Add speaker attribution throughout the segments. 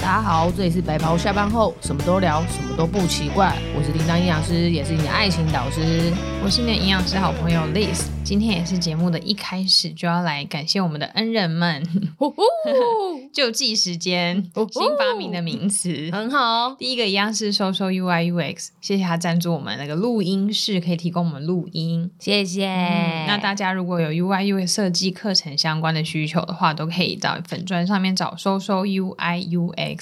Speaker 1: 大家好，这里是白袍下班后，什么都聊，什么都不奇怪。我是叮当营养师，也是你的爱情导师。
Speaker 2: 我是你的营养师好朋友 Liz，今天也是节目的一开始就要来感谢我们的恩人们。
Speaker 1: 呼呼
Speaker 2: 救济时间，
Speaker 1: 哦吼
Speaker 2: 新发明的名词。
Speaker 1: 很好，
Speaker 2: 第一个一样是收收 UI UX，谢谢他赞助我们那个录音室，可以提供我们录音。
Speaker 1: 谢谢。哎
Speaker 2: 嗯那大家如果有 UI UX 设计课程相关的需求的话，都可以到粉砖上面找收收 UI UX。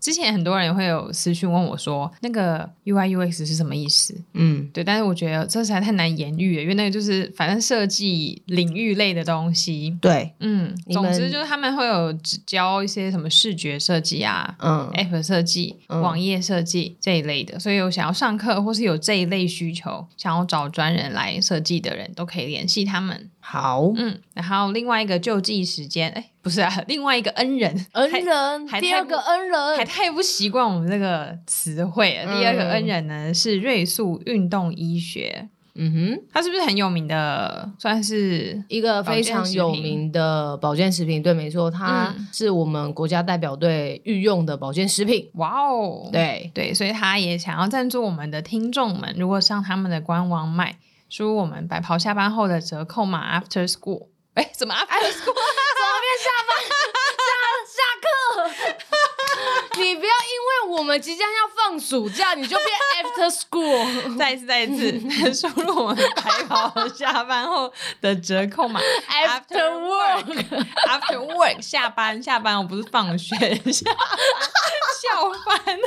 Speaker 2: 之前很多人会有私讯问我说，那个 UI UX 是什么意思？
Speaker 1: 嗯，
Speaker 2: 对，但是我觉得这实在太难言喻了，因为那个就是反正设计领域类的东西。
Speaker 1: 对，
Speaker 2: 嗯，
Speaker 1: 你
Speaker 2: 总之
Speaker 1: 们
Speaker 2: 就是他们会有只教一些什么视觉设计啊、
Speaker 1: 嗯，
Speaker 2: App 设计、
Speaker 1: 嗯
Speaker 2: 网页设计这一类的，所以有想要上课或是有这一类需求，想要找专人来设计的人都可以联系他们。
Speaker 1: 好，
Speaker 2: 嗯，然后另外一个救济时间，哎，不是啊， 另外一个恩人，还
Speaker 1: 恩人，
Speaker 2: 还
Speaker 1: 第二个恩
Speaker 2: 还
Speaker 1: 人，
Speaker 2: 太不习惯我们这个词汇
Speaker 1: 嗯
Speaker 2: 了。第二个恩人呢是瑞素运动医学，
Speaker 1: 嗯哼，
Speaker 2: 它是不是很有名的？算是
Speaker 1: 一个非常有名的保健食品，对，没错，它
Speaker 2: 嗯
Speaker 1: 是我们国家代表队御用的保健食品。
Speaker 2: 哇哦，
Speaker 1: 对，
Speaker 2: 对，所以他也想要赞助我们的听众们，如果上他们的官网买，输入我们白袍下班后的折扣码 After School。哎，怎么 after school？
Speaker 1: 你不要因为我们即将要放暑假，你就变 after school
Speaker 2: 再一次，再一次， 输入我们白袍下班后的折扣码
Speaker 1: after work。
Speaker 2: After work，下班，下班，我不是放学，下笑翻。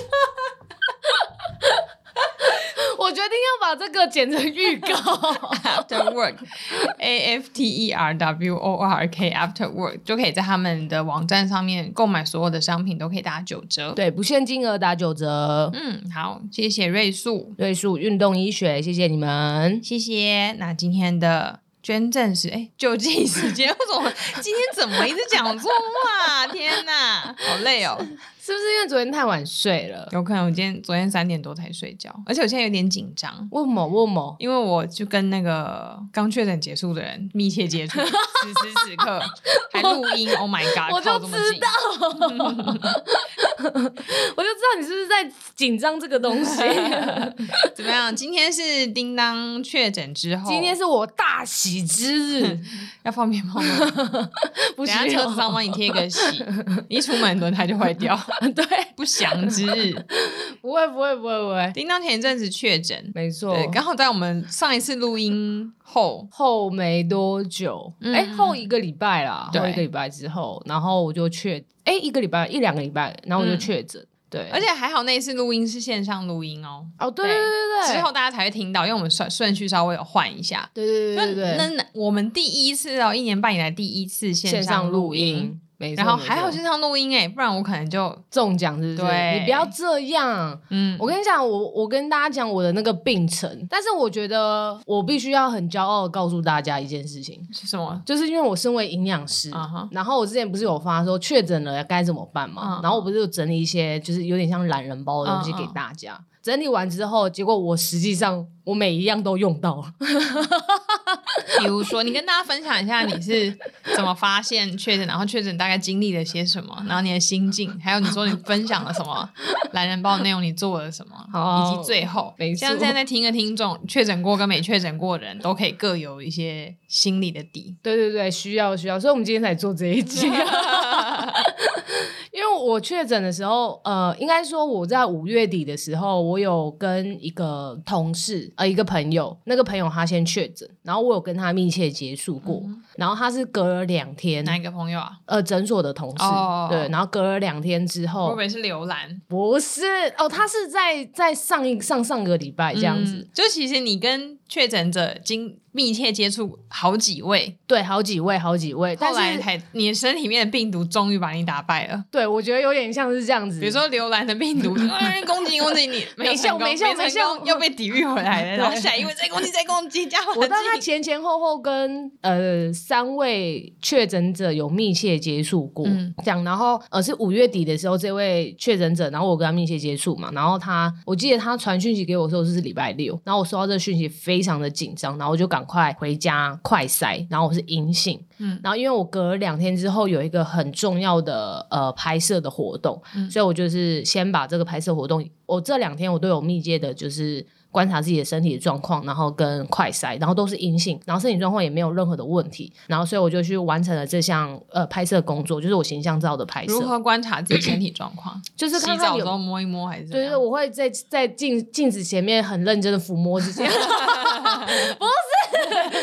Speaker 1: 我决定要把这个剪成预告。
Speaker 2: After Work A F T E R W O R K After Work 就可以在他们的网站上面购买所有的商品，都可以打九 折。，
Speaker 1: 对，不限金额打九折。
Speaker 2: 嗯，好，谢谢瑞素，
Speaker 1: 瑞数运动医学，谢谢你们。
Speaker 2: 谢谢。那今天的捐赠时，哎，救济时间，为什么今天怎么一直讲错话？天哪，好累哦。
Speaker 1: 是不是因为昨天太晚睡了？
Speaker 2: 有可能我今天昨天三点多才睡觉，而且我现在有点紧张。
Speaker 1: 问某问某，
Speaker 2: 因为我就跟那个刚确诊结束的人密切接 触，此时此刻还录音，Oh my god！
Speaker 1: 我就
Speaker 2: 靠这么近
Speaker 1: 知道， 我就知道你是不是在紧张这个东 西。
Speaker 2: 怎么样？今天是叮当确诊之后，
Speaker 1: 今天是我大喜之日，
Speaker 2: 要放鞭炮吗？
Speaker 1: 不
Speaker 2: 等
Speaker 1: 是
Speaker 2: 下
Speaker 1: 有
Speaker 2: 车子上帮你贴个喜，一出门轮胎就坏掉，
Speaker 1: 对，
Speaker 2: 不祥之日。
Speaker 1: 不会不会不会不会，
Speaker 2: 叮当前一阵子确诊，
Speaker 1: 没错。
Speaker 2: 对，刚好在我们上一次录音后，
Speaker 1: 后没多久，哎、
Speaker 2: 嗯
Speaker 1: 后一个礼拜啦，
Speaker 2: 对
Speaker 1: 后一个礼拜之后，然后我就确，哎、一个礼拜一两个礼拜，然后我就
Speaker 2: 嗯
Speaker 1: 确诊。对，
Speaker 2: 而且还好那一次录音是线上录音哦，
Speaker 1: 哦，对对对对对，
Speaker 2: 之后大家才会听到，因为我们顺顺序稍微有换一下。
Speaker 1: 对对对对对，
Speaker 2: 那那我们第一次哦，一年半以来第一次
Speaker 1: 线
Speaker 2: 上
Speaker 1: 上录
Speaker 2: 音，
Speaker 1: 音，没错，
Speaker 2: 然后
Speaker 1: 没
Speaker 2: 还好
Speaker 1: 错
Speaker 2: 线上录音哎，不然我可能就
Speaker 1: 中奖是不是？
Speaker 2: 对
Speaker 1: 你不要这样。
Speaker 2: 嗯，
Speaker 1: 我跟你讲，我我跟大家讲我的那个病程，但是我觉得我必须要很骄傲的告诉大家一件事情，
Speaker 2: 是什么？
Speaker 1: 就是因为我身为营养师
Speaker 2: 啊哈
Speaker 1: 然后我之前不是有发说确诊了该怎么办嘛
Speaker 2: 嗯
Speaker 1: 然后我不是有整理一些就是有点像懒人包的东西
Speaker 2: 嗯嗯
Speaker 1: 给大家。整理完之后，结果我实际上我每一样都用到了。
Speaker 2: 比如说，你跟大家分享一下你是怎么发现确诊，然后确诊大概经历了些什么，然后你的心境，还有你说你分享了什么懒人包内容，你做了什么，
Speaker 1: 好
Speaker 2: 以及最后，
Speaker 1: 没错
Speaker 2: 像现在在听的听众，确诊过跟没确诊过的人都可以各有一些心里的底。
Speaker 1: 对对对，需要需要，所以我们今天才做这一集。啊因为我确诊的时候，呃，应该说我在五月底的时候，我有跟一个同事，呃，一个朋友，那个朋友他先确诊，然后我有跟他密切接触过，然后他是隔了两天，
Speaker 2: 嗯哪一个朋友啊？
Speaker 1: 呃，诊所的同事，
Speaker 2: 哦
Speaker 1: 对，然后隔了两天之
Speaker 2: 会
Speaker 1: 后
Speaker 2: 不，会是浏览？
Speaker 1: 不是哦，他是在在上一上上个礼拜这样子，
Speaker 2: 嗯就其实你跟确诊者经密切接触好几位，
Speaker 1: 对，好几位，好几位，但
Speaker 2: 后来
Speaker 1: 是
Speaker 2: 才你的身体里面的病毒终于把你打败了。
Speaker 1: 对我觉得有点像是这样子，
Speaker 2: 比如说浏览的 病毒，哎攻击攻击你，没
Speaker 1: 没效
Speaker 2: 成功
Speaker 1: 嗯没效
Speaker 2: 成功
Speaker 1: 没效
Speaker 2: 又被抵御回来 了，然后下一位再攻击再攻击，加把
Speaker 1: 我大概
Speaker 2: 劲。
Speaker 1: 前前后后跟呃三位确诊者有密切接触过，
Speaker 2: 嗯
Speaker 1: 这样，然后呃是五月底的时候，这位确诊者，然后我跟他密切接触嘛，然后他我记得他传讯息给我的时候是礼拜六，然后我收到这个讯息非常的紧张，然后我就赶快回家快筛，然后我是阴性，
Speaker 2: 嗯
Speaker 1: 然后因为我隔了两天之后有一个很重要的呃拍摄摄的活动，
Speaker 2: 嗯
Speaker 1: 所以我就是先把这个拍摄活动，我这两天我都有密切的，就是观察自己的身体的状况，然后跟快筛，然后都是阴性，然后身体状况也没有任何的问题，然后所以我就去完成了这项呃拍摄工作，就是我形象照的拍
Speaker 2: 如
Speaker 1: 摄，
Speaker 2: 何观察自己身体状况？
Speaker 1: 就是看
Speaker 2: 洗
Speaker 1: 看
Speaker 2: 澡
Speaker 1: 有
Speaker 2: 的时候摸一摸还是怎
Speaker 1: 对
Speaker 2: 样
Speaker 1: 对，我会在在镜镜子前面很认真的抚摸自己， 不是不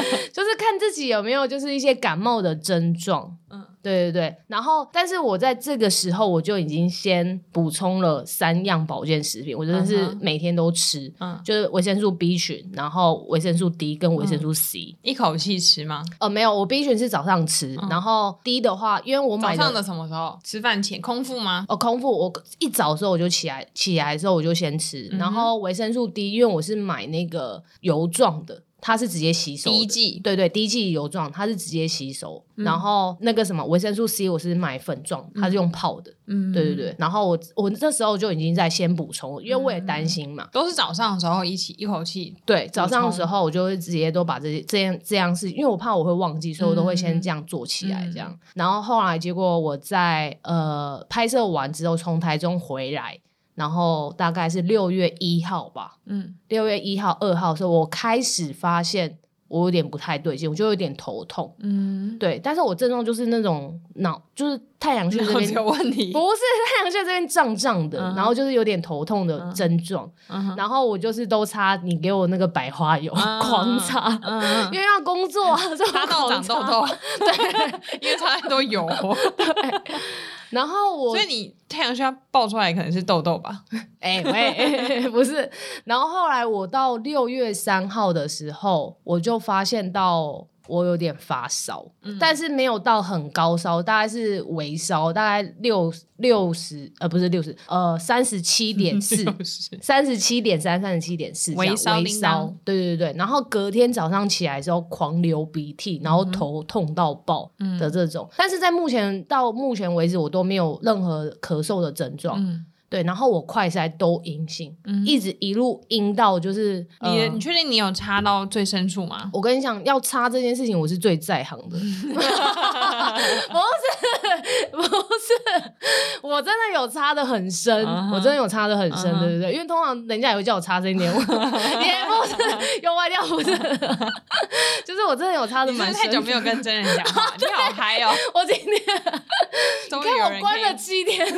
Speaker 1: 是， 就是看自己有没有就是一些感冒的症状。
Speaker 2: 嗯
Speaker 1: 嗯，对对对。然后，但是我在这个时候我就已经先补充了三样保健食品，我真的
Speaker 2: 嗯
Speaker 1: 是
Speaker 2: 哼
Speaker 1: 每天都吃，
Speaker 2: 嗯
Speaker 1: 就是维生素 B 群，然后维生素 D 跟维生素 C。
Speaker 2: 一口气吃吗？
Speaker 1: 呃，没有，我 B 群是早上吃，然后 D 的话，因为我
Speaker 2: 嗯早
Speaker 1: 买
Speaker 2: 上的什么时候？吃饭前空腹吗？
Speaker 1: 哦，空腹我一早的时候我就起来，起来的时候我就先吃，
Speaker 2: 嗯
Speaker 1: 然后维生素 D，因为我是买那个油状的，它是直接吸收的。
Speaker 2: 第一剂嗯
Speaker 1: 对对，滴剂油状，它是直接吸收。然后那个什么维生素 C，我是买粉状，它是用泡的。
Speaker 2: 嗯，
Speaker 1: 对对，对，然后我我这时候就已经在先补充，因为我也担心嘛。
Speaker 2: 都是早上的时候一起一口气。
Speaker 1: 对，早上的时候我就会直接都把这些这样这样事，因为我怕我会忘记，所以我都会
Speaker 2: 嗯
Speaker 1: 先这样做起来，这样。然后后来结果我在呃拍摄完之后，从台中回来，然后大概是六月一号吧，
Speaker 2: 嗯，
Speaker 1: 六月一号、二号的时候，我开始发现我有点不太对劲，我就有点头痛。
Speaker 2: 嗯，
Speaker 1: 对，但是我症状就是那种脑，就是太阳穴这
Speaker 2: 脑
Speaker 1: 边
Speaker 2: 子有问题。
Speaker 1: 不是太阳穴这边胀胀的，
Speaker 2: 嗯
Speaker 1: 然后就是有点头痛的症状，
Speaker 2: 嗯哼
Speaker 1: 然后我就是都擦你给我那个百花油，
Speaker 2: 嗯
Speaker 1: 狂擦，
Speaker 2: 嗯嗯
Speaker 1: 因为要工作啊，所以
Speaker 2: 擦
Speaker 1: 我
Speaker 2: 到
Speaker 1: 狂
Speaker 2: 长痘
Speaker 1: 擦。
Speaker 2: 痘， 对，因为擦太多油，
Speaker 1: 然后我
Speaker 2: 所以你太阳穴爆出来可能是痘痘吧？
Speaker 1: 哎、喂， 不是，然后后来我到六月三号的时候，我就发现到。我有点发烧，
Speaker 2: 嗯
Speaker 1: 但是没有到很高烧，大概是微烧，大概六六十呃不是六十呃三十七点四，
Speaker 2: 就是
Speaker 1: 三十七点三、三十七点四，
Speaker 2: 微烧
Speaker 1: 微
Speaker 2: 叮当
Speaker 1: 烧，对对对。然后隔天早上起来的时候狂流鼻涕，然后头
Speaker 2: 嗯
Speaker 1: 痛到爆的这种。但是在目前到目前为止，我都没有任何咳嗽的症状。
Speaker 2: 嗯
Speaker 1: 对，然后我快筛都阴性，
Speaker 2: 嗯
Speaker 1: 一直一路阴到就是
Speaker 2: 你的
Speaker 1: 呃
Speaker 2: 你确定你有插到最深处吗？
Speaker 1: 我跟你讲，要擦这件事情，我是最在行 的。不是， 不是，我真的有擦的很深
Speaker 2: 嗯哼
Speaker 1: 我真的有擦的很深
Speaker 2: 嗯哼
Speaker 1: 对对对，因为通常人家也会叫我擦深一点，我 也不是又歪掉，不是， 就是我真的有擦的
Speaker 2: 你们
Speaker 1: 蛮
Speaker 2: 太
Speaker 1: 深
Speaker 2: 久没有跟真人讲 话，你好嗨哦！
Speaker 1: 我今天
Speaker 2: 终于哦有
Speaker 1: 看我
Speaker 2: 人
Speaker 1: 关
Speaker 2: 可
Speaker 1: 了
Speaker 2: 以，
Speaker 1: 七天了，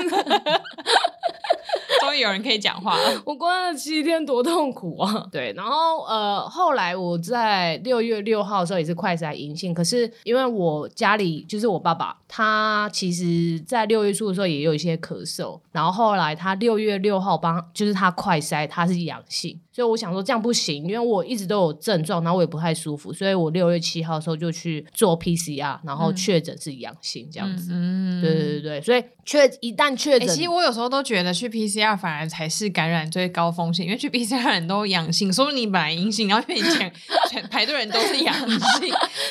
Speaker 2: 终于有人可以讲话了。
Speaker 1: 我关了七天多痛苦啊！对，然后呃，后来我在六月六号的时候也是快筛阴性，可是因为我家里就是我爸爸，他其实在六月初的时候也有一些咳嗽，然后后来他六月六号帮就是他快筛他是阳性，所以我想说这样不行，因为我一直都有症状，然后我也不太舒服，所以我六月七号的时候就去做 PCR，然后确诊是阳性这样子。
Speaker 2: 嗯，
Speaker 1: 对对对对，所以确一旦确
Speaker 2: 欸
Speaker 1: 诊，
Speaker 2: 其实我有时候都觉得去 PCR 反而才是感染最高风险，因为去 PCR 的人都阳性，说不定你本来阴性，然后被你全全排队人都是阳性，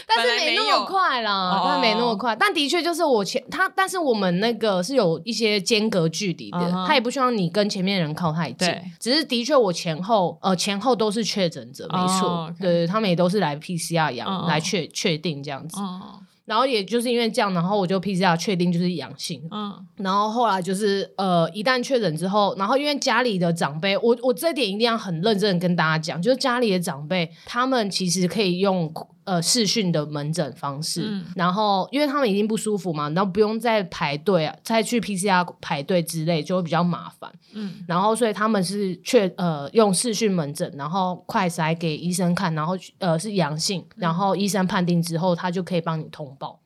Speaker 1: 但
Speaker 2: 本
Speaker 1: 是没
Speaker 2: 来没
Speaker 1: 那
Speaker 2: 有
Speaker 1: 么快啦
Speaker 2: 哦，
Speaker 1: 但没那么快。但的确就是我前他，但是我们那个是有一些间隔距离的
Speaker 2: 嗯哼
Speaker 1: 他也不希望你跟前面人靠太近
Speaker 2: 对。
Speaker 1: 只是的确我前后呃前后都是确诊者，没错
Speaker 2: 哦，OK
Speaker 1: 对对，他们也都是来 PCR 阳、
Speaker 2: 嗯嗯
Speaker 1: 来确确定这样子。
Speaker 2: 嗯
Speaker 1: 然后也就是因为这样，然后我就 PCR 确定就是阳性，
Speaker 2: 嗯，
Speaker 1: 然后后来就是呃，一旦确诊之后，然后因为家里的长辈，我我这点一定要很认真的跟大家讲，就是家里的长辈，他们其实可以用呃视讯的门诊方式，
Speaker 2: 嗯
Speaker 1: 然后因为他们已经不舒服嘛，然后不用再排队啊，再去 PCR 排队之类，就会比较麻烦。
Speaker 2: 嗯
Speaker 1: 嗯，然后所以他们是确呃用视讯门诊，然后快筛给医生看，然后呃是阳性，然后医生判定之后，他就可以帮你通报。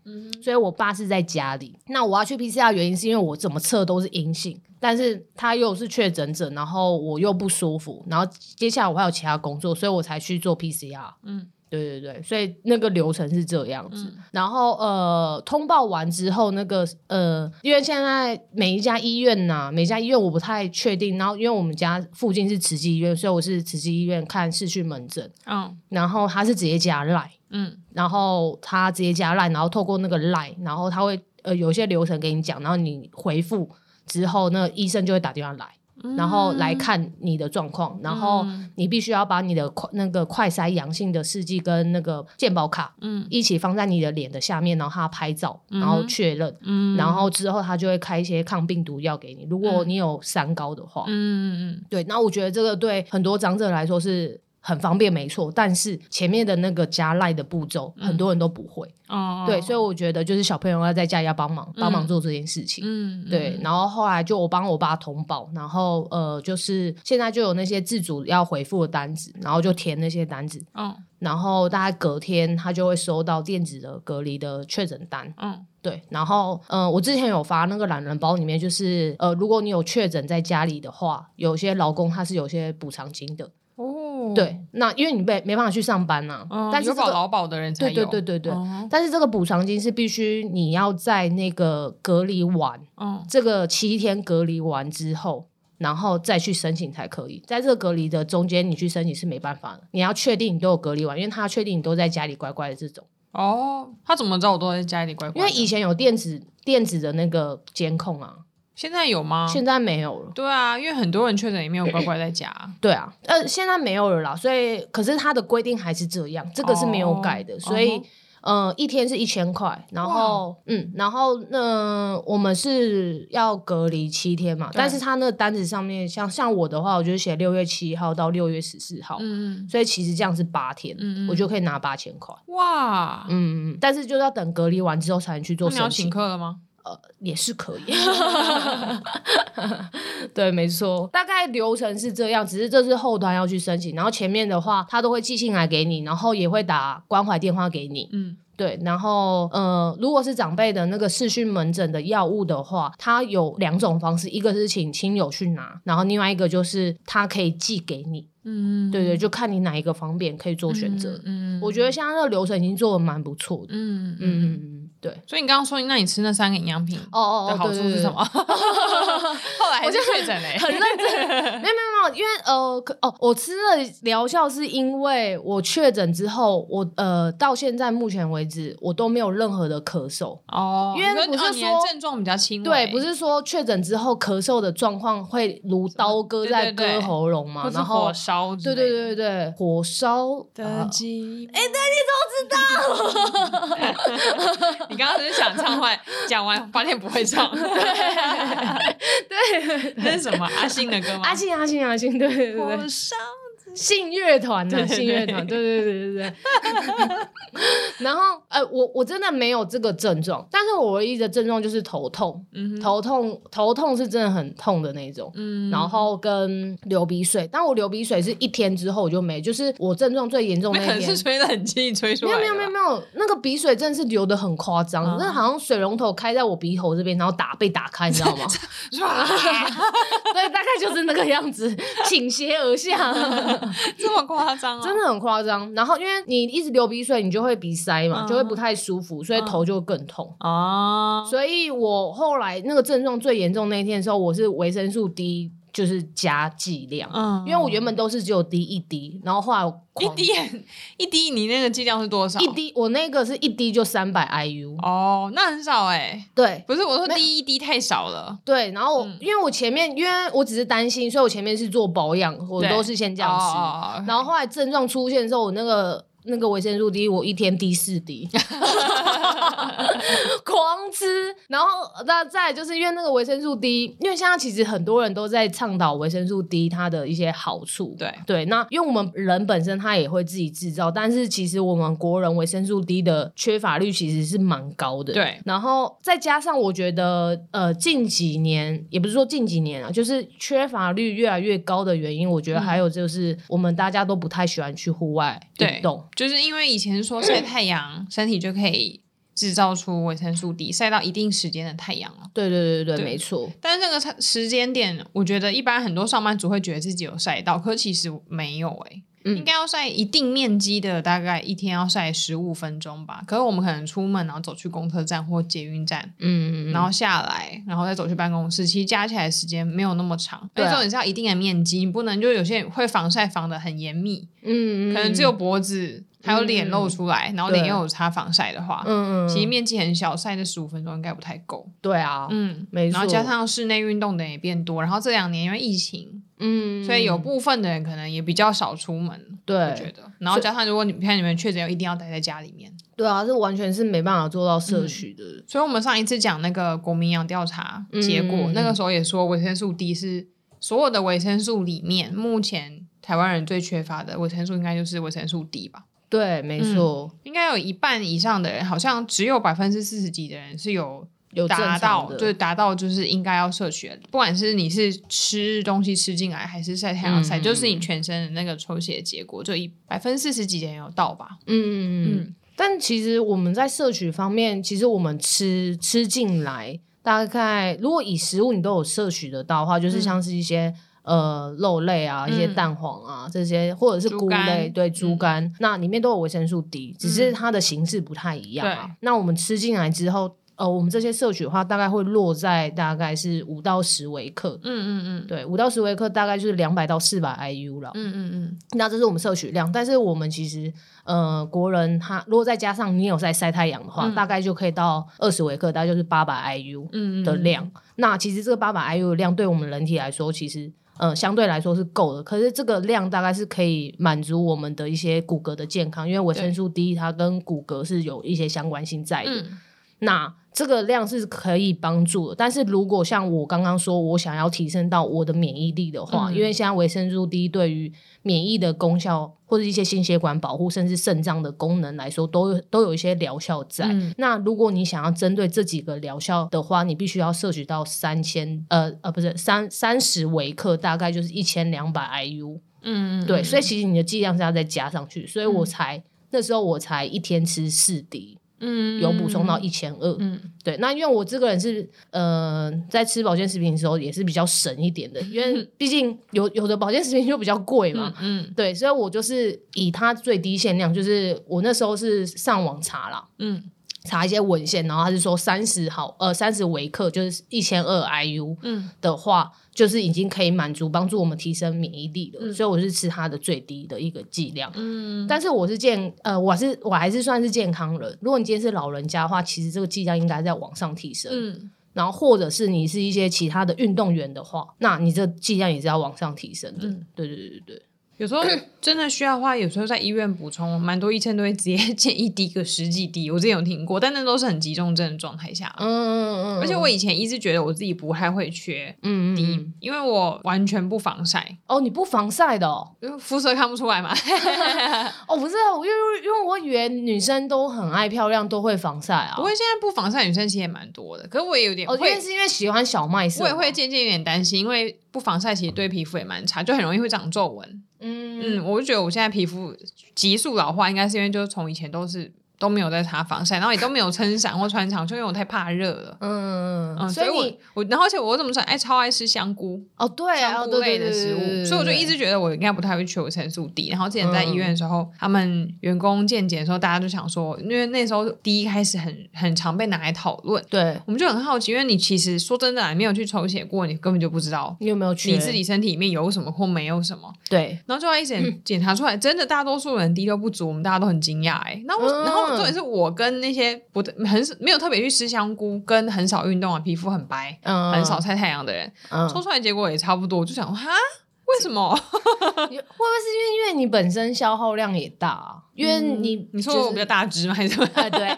Speaker 1: 所以我爸是在家里。那我要去 PCR 的原因是因为我怎么测都是阴性，但是他又是确诊者，然后我又不舒服，然后接下来我还有其他工作，所以我才去做 PCR。
Speaker 2: 嗯
Speaker 1: 嗯。对对对，所以那个流程是这样子，然后呃，通报完之后，那个呃，因为现在每一家医院呐、每一家医院我不太确定，然后因为我们家附近是慈济医院，所以我是慈济医院看视讯门诊，
Speaker 2: 嗯
Speaker 1: 然后他是直接加 line，
Speaker 2: 嗯
Speaker 1: 然后他直接加 line，然后透过那个 line，然后他会呃有一些流程给你讲，然后你回复之后，那个医生就会打电话来。然后来看你的状况，然后你必须要把你的快那个快筛阳性的试剂跟那个健保卡，嗯，一起放在你的脸的下面，然后他拍照，然后确认，嗯，然后之后他就会开一些抗病毒药给你。如果你有三高的话，
Speaker 2: 嗯嗯
Speaker 1: 对，那我觉得这个对很多长者来说是很方便，没错。但是前面的那个加赖的步骤，很多人都不会。
Speaker 2: 嗯，哦，
Speaker 1: 对，所以我觉得就是小朋友要在家里要帮忙，帮忙做这件事情。
Speaker 2: 嗯，嗯，
Speaker 1: 对，然后后来就我帮我爸通报，然后呃，就是现在就有那些自主要回复的单子，然后就填那些单子，
Speaker 2: 哦，
Speaker 1: 然后大概隔天他就会收到电子的隔离的确诊单。
Speaker 2: 嗯，
Speaker 1: 对，然后呃，我之前有发那个懒人包，里面就是呃，如果你有确诊在家里的话，有些劳工他是有些补偿金的。
Speaker 2: 哦，
Speaker 1: 对，那因为你没没办法去上班呐、
Speaker 2: 嗯，
Speaker 1: 但是、
Speaker 2: 有
Speaker 1: 这个
Speaker 2: 保劳保的人才
Speaker 1: 对对
Speaker 2: 有，
Speaker 1: 对对对。
Speaker 2: 哦，
Speaker 1: 但是这个补偿金是必须你要在那个隔离完
Speaker 2: 哦，
Speaker 1: 这个七天隔离完之后，然后再去申请才可以。在这个隔离的中间，你去申请是没办法的。你要确定你都有隔离完，因为他要确定你都在家里乖乖的这种。
Speaker 2: 哦，他怎么知道我都在家里乖
Speaker 1: 因
Speaker 2: 乖的？
Speaker 1: 为以前有电子电子的那个监控啊，
Speaker 2: 现在有吗？
Speaker 1: 现在没有了。。
Speaker 2: 对啊，因为很多人确诊也没有乖乖在家
Speaker 1: 对啊，呃，现在没有了啦，所以可是它的规定还是这样，这个是没有改的，
Speaker 2: 哦
Speaker 1: 所以
Speaker 2: 嗯哼。
Speaker 1: 呃，一天是一千块，然后嗯，然后呢、我们是要隔离七天嘛，
Speaker 2: 对
Speaker 1: 但是他那个单子上面，像像我的话，我就写六月七号到六月十四号，
Speaker 2: 嗯
Speaker 1: 所以其实这样是八天，
Speaker 2: 嗯嗯哦
Speaker 1: 我就可以拿八千块，
Speaker 2: 哇，
Speaker 1: 嗯，嗯嗯但是就要等隔离完之后才能去做
Speaker 2: 那你要
Speaker 1: 申
Speaker 2: 请
Speaker 1: 请，
Speaker 2: 客了吗？
Speaker 1: 呃，也是可 以，对，没错，大概流程是这样，只是这是后端要去申请，然后前面的话他都会寄信来给你，然后也会打关怀电话给你，
Speaker 2: 嗯，
Speaker 1: 对，然后呃，如果是长辈的那个视讯门诊的药物的话，它有两种方式，一个是请亲友去拿，然后另外一个就是他可以寄给你，
Speaker 2: 嗯，
Speaker 1: 对对，就看你哪一个方便可以做选择。
Speaker 2: 嗯，嗯
Speaker 1: 我觉得现在这个流程已经做的蛮不错的，
Speaker 2: 嗯
Speaker 1: 嗯嗯
Speaker 2: 嗯。
Speaker 1: 嗯，对，
Speaker 2: 所以你刚刚说，那你吃那三个营养品
Speaker 1: 哦哦哦，
Speaker 2: 的好
Speaker 1: 对
Speaker 2: 处
Speaker 1: 对
Speaker 2: 是
Speaker 1: 对
Speaker 2: 什么？后来还是确诊嘞，
Speaker 1: 很认真，没有没有没有，因为呃，可哦，我吃了疗效是因为我确诊之后，我呃到现在目前为止，我都没有任何的咳嗽。
Speaker 2: 哦，
Speaker 1: 因为
Speaker 2: 你
Speaker 1: 不是
Speaker 2: 哦你的
Speaker 1: 说
Speaker 2: 症状比较轻微，
Speaker 1: 对，不是说确诊之后咳嗽的状况会如刀割在
Speaker 2: 对对对
Speaker 1: 割喉咙嘛
Speaker 2: 或，是
Speaker 1: 啊然后
Speaker 2: 火烧
Speaker 1: 对
Speaker 2: 之类
Speaker 1: 对
Speaker 2: 的
Speaker 1: 对对对，火烧
Speaker 2: 的
Speaker 1: 啊
Speaker 2: 寂寞。哎、对，你怎么 知道？你刚刚只是想唱坏，讲完发现不会 唱。对， 那是什么？阿信的歌吗？
Speaker 1: 阿信阿信阿信，对对对对
Speaker 2: 火，烧。
Speaker 1: 信乐团
Speaker 2: 对
Speaker 1: 呐，
Speaker 2: 对
Speaker 1: 信乐团，对对对对对。 然后，呃，我我真的没有这个症状，但是我唯一的症状就是头痛，
Speaker 2: 嗯哼
Speaker 1: 头痛头痛是真的很痛的那种。
Speaker 2: 嗯
Speaker 1: 然后跟流鼻水，但我流鼻水是一天之后我就没，就是我症状最严重
Speaker 2: 那可
Speaker 1: 那一
Speaker 2: 能是
Speaker 1: 天。
Speaker 2: 吹冷气吹出
Speaker 1: 没
Speaker 2: 来
Speaker 1: 有
Speaker 2: 的吧。嗯
Speaker 1: 没有没有没有，那个鼻水真的是流的很夸张，那、好像水龙头开在我鼻头这边，然后打被打开，你知道 吗？ 对，大概就是那个样子，倾斜而下。
Speaker 2: 这么夸张啊！
Speaker 1: 真的很夸张。然后因为你一直流鼻水，你就会鼻塞嘛，
Speaker 2: 嗯
Speaker 1: 就会不太舒服，所以头就会更痛。
Speaker 2: 啊，
Speaker 1: 所以我后来那个症状最严重那一天的时候，我是维生素 D 就是加剂量，
Speaker 2: 嗯
Speaker 1: 因为我原本都是只有滴一滴，然后后来我
Speaker 2: 一
Speaker 1: 狂
Speaker 2: 滴哦很一滴，你那个剂量是多少？
Speaker 1: 一滴，我那个是一滴就三百 IU，、
Speaker 2: 哦，那很少哎。
Speaker 1: 对。
Speaker 2: 不是我说
Speaker 1: 没有
Speaker 2: 第一滴太少了，
Speaker 1: 对，然后我、
Speaker 2: 嗯
Speaker 1: 因为我前面因为我只是担心，所以我前面是做保养，我
Speaker 2: 对
Speaker 1: 都是先这样吃。
Speaker 2: 哦
Speaker 1: 然后后来症状出现的时候，我那个那个维生素 D，我一天滴四滴，狂吃。然后那再来就是因为那个维生素 D，因为现在其实很多人都在倡导维生素 D 它的一些好处。
Speaker 2: 对
Speaker 1: 对，那因为我们人本身它也会自己制造，但是其实我们国人维生素 D 的缺乏率其实是蛮高的。
Speaker 2: 对
Speaker 1: 然后再加上我觉得呃近几年也不是说近几年啊，就是缺乏率越来越高的原因，我觉得还有就是我们大家都不太喜欢去户外
Speaker 2: 嗯对
Speaker 1: 运动。
Speaker 2: 就是因为以前说
Speaker 1: 嗯
Speaker 2: 晒太阳，身体就可以制造出维生素 D，晒到一定时间的太阳了。
Speaker 1: 对对对对，
Speaker 2: 对
Speaker 1: 没错。
Speaker 2: 但是这个时时间点，我觉得一般很多上班族会觉得自己有晒到，可其实没有诶、
Speaker 1: 嗯
Speaker 2: 应该要晒一定面积的，大概一天要晒十五分钟吧。可是我们可能出门，然后走去公车站或捷运站，
Speaker 1: 嗯，
Speaker 2: 然后下来，然后再走去办公室，其实加起来时间没有那么长。
Speaker 1: 对
Speaker 2: 而
Speaker 1: 啊
Speaker 2: 且重点是要一定的面积，你不能就有些人会防晒防的很严密，
Speaker 1: 嗯，嗯
Speaker 2: 可能只有脖子还有脸露出来，然后脸又有擦防晒的话，
Speaker 1: 嗯，
Speaker 2: 其实面积很小，晒这十五分钟应该不太够。
Speaker 1: 对啊，
Speaker 2: 嗯，
Speaker 1: 没
Speaker 2: 然后
Speaker 1: 错
Speaker 2: 加上室内运动的人也变多，然后这两年因为疫情，
Speaker 1: 嗯，
Speaker 2: 所以有部分的人可能也比较少出门，我觉
Speaker 1: 对
Speaker 2: 得。然后加上如果你看你们确诊，又一定要待在家里面，
Speaker 1: 对啊，这完全是没办法做到
Speaker 2: 嗯
Speaker 1: 摄取的，
Speaker 2: 所以我们上一次讲那个国民营养调查结果，
Speaker 1: 嗯
Speaker 2: 那个时候也说维生素 D 是所有的维生素里面，目前台湾人最缺乏的维生素应该就是维生素 D 吧？
Speaker 1: 对，没
Speaker 2: 嗯
Speaker 1: 错，
Speaker 2: 应该有一半以上的人，好像只有百分之四十几的人是有
Speaker 1: 有正
Speaker 2: 达
Speaker 1: 常
Speaker 2: 到，
Speaker 1: 的，
Speaker 2: 就是达到就是应该要摄取的，不管是你是吃东西吃进来，还是晒太阳晒，
Speaker 1: 嗯
Speaker 2: 就是你全身的那个抽血结果，就一百分之四十几的人有到吧？
Speaker 1: 嗯嗯嗯。
Speaker 2: 嗯，
Speaker 1: 但其实我们在摄取方面，其实我们吃吃进来，大概如果以食物你都有摄取得到的话，就是像是一些、呃肉类啊、一些
Speaker 2: 嗯
Speaker 1: 蛋黄啊、这些，或者是
Speaker 2: 猪
Speaker 1: 菇类，
Speaker 2: 肝嗯
Speaker 1: 对猪肝，那里面都有维生素 D，只是它的形式不太一样啊。
Speaker 2: 对
Speaker 1: 那我们吃进来之后，呃，我们这些摄取的话，大概会落在大概是五到十微克。
Speaker 2: 嗯嗯嗯
Speaker 1: 对，五到十微克大概就是两百到四百 IU 了。
Speaker 2: 嗯嗯嗯，
Speaker 1: 那这是我们摄取量，但是我们其实呃，国人他如果再加上你有在晒太阳的话，
Speaker 2: 嗯
Speaker 1: 大概就可以到二十微克，大概就是八百 IU
Speaker 2: 嗯嗯
Speaker 1: 的量。那其实这个八百 IU 的量对我们人体来说，其实呃相对来说是够的，可是这个量大概是可以满足我们的一些骨骼的健康，因为维生素 D 它跟骨骼是有一些相关性在的。
Speaker 2: 嗯
Speaker 1: 那这个量是可以帮助的，但是如果像我刚刚说，我想要提升到我的免疫力的话，
Speaker 2: 嗯
Speaker 1: 因为现在维生素 D 对于免疫的功效，或者一些心血管保护，甚至肾脏的功能来说，都有都有一些疗效在。
Speaker 2: 嗯
Speaker 1: 那如果你想要针对这几个疗效的话，你必须要摄取到三千呃呃不是三三十微克，大概就是一千两百 IU。
Speaker 2: 嗯嗯，
Speaker 1: 对，
Speaker 2: 嗯
Speaker 1: 所以其实你的剂量是要再加上去，所以我才、那时候我才一天吃四滴，
Speaker 2: 嗯
Speaker 1: 有补充到一千二。
Speaker 2: 嗯
Speaker 1: 对，那因为我这个人是呃，在吃保健食品的时候也是比较省一点的，因 为毕竟有有的保健食品就比较贵嘛。
Speaker 2: 嗯嗯
Speaker 1: 对，所以我就是以它最低限量，就是我那时候是上网查啦，
Speaker 2: 嗯
Speaker 1: 查一些文献，然后他是说三十毫呃三十微克就是一千二 IU
Speaker 2: 嗯
Speaker 1: 的话，就是已经可以满足帮助我们提升免疫力了，
Speaker 2: 嗯
Speaker 1: 所以我是吃它的最低的一个剂量。
Speaker 2: 嗯，
Speaker 1: 但是我是健呃，我是我还是算是健康人。如果你今天是老人家的话，其实这个剂量应该在往上提升。
Speaker 2: 嗯
Speaker 1: 然后或者是你是一些其他的运动员的话，那你这剂量也是要往上提升的。
Speaker 2: 嗯
Speaker 1: 对对对对
Speaker 2: 有时候真的需要的话，有时候在医院补充，蛮多医生都会直接建议滴个十几滴，我之前有听过，但那都是很急重症的状态下。
Speaker 1: 嗯嗯嗯
Speaker 2: 而且我以前一直觉得我自己不太会缺
Speaker 1: 嗯
Speaker 2: 滴，因为我完全不防晒，
Speaker 1: 哦，你不防晒的哦？
Speaker 2: 因为肤色看不出来嘛。
Speaker 1: 哦，不是啊，我因为因为我以为女生都很爱漂亮，都会防晒啊
Speaker 2: 不。过现在不防晒女生其实也蛮多的，可是我也有点
Speaker 1: 哦，因
Speaker 2: 会
Speaker 1: 为，是因为喜欢小麦色啊
Speaker 2: 我
Speaker 1: 吗，
Speaker 2: 也会渐渐有点担心，因为不防晒其实对皮肤也蛮差，就很容易会长皱纹。
Speaker 1: 嗯
Speaker 2: 嗯，我就觉得我现在皮肤急速老化，应该是因为就是从以前都是都没有在擦防晒，然后也都没有撑伞或穿长袖，因为我太怕热了。
Speaker 1: 嗯
Speaker 2: 嗯，
Speaker 1: 嗯，
Speaker 2: 所
Speaker 1: 所
Speaker 2: 以
Speaker 1: 以
Speaker 2: 我
Speaker 1: 你
Speaker 2: 我，然后而且我怎么说，爱超爱吃香菇，
Speaker 1: 哦对啊，
Speaker 2: 香
Speaker 1: 哦
Speaker 2: 菇
Speaker 1: 对对
Speaker 2: 类
Speaker 1: 对
Speaker 2: 的食
Speaker 1: 对对
Speaker 2: 物，
Speaker 1: 对
Speaker 2: 所以我就
Speaker 1: 对
Speaker 2: 一直觉得我应该不太会缺维生素 D。然后之前在
Speaker 1: 嗯
Speaker 2: 医院的时候，他们员工健检的时候，大家就想说，因为那时候 D 开始很很常被拿来讨论，
Speaker 1: 对，
Speaker 2: 我们就很好奇，因为你其实说真的啊，你没有去抽血过，你根本就不知道
Speaker 1: 你有没有去
Speaker 2: 你自己身体里面有什么或没有什么。
Speaker 1: 对
Speaker 2: 然后就要一
Speaker 1: 嗯
Speaker 2: 检检查出来，真的大多数人滴都不足，我们大家都很惊讶哎。那我、
Speaker 1: 嗯
Speaker 2: 然后重点是我跟那些不很没有特别去吃香菇，跟很少运动啊，皮肤很白、
Speaker 1: 嗯
Speaker 2: 很少晒太阳的人，
Speaker 1: 嗯，
Speaker 2: 抽出来结果也差不多，我就想哈。为什么？
Speaker 1: 你会不会是因为因为你本身消耗量也大啊？因为你
Speaker 2: 嗯你
Speaker 1: 就
Speaker 2: 说我
Speaker 1: 是
Speaker 2: 比较大只吗？还 是什么？
Speaker 1: 啊，对，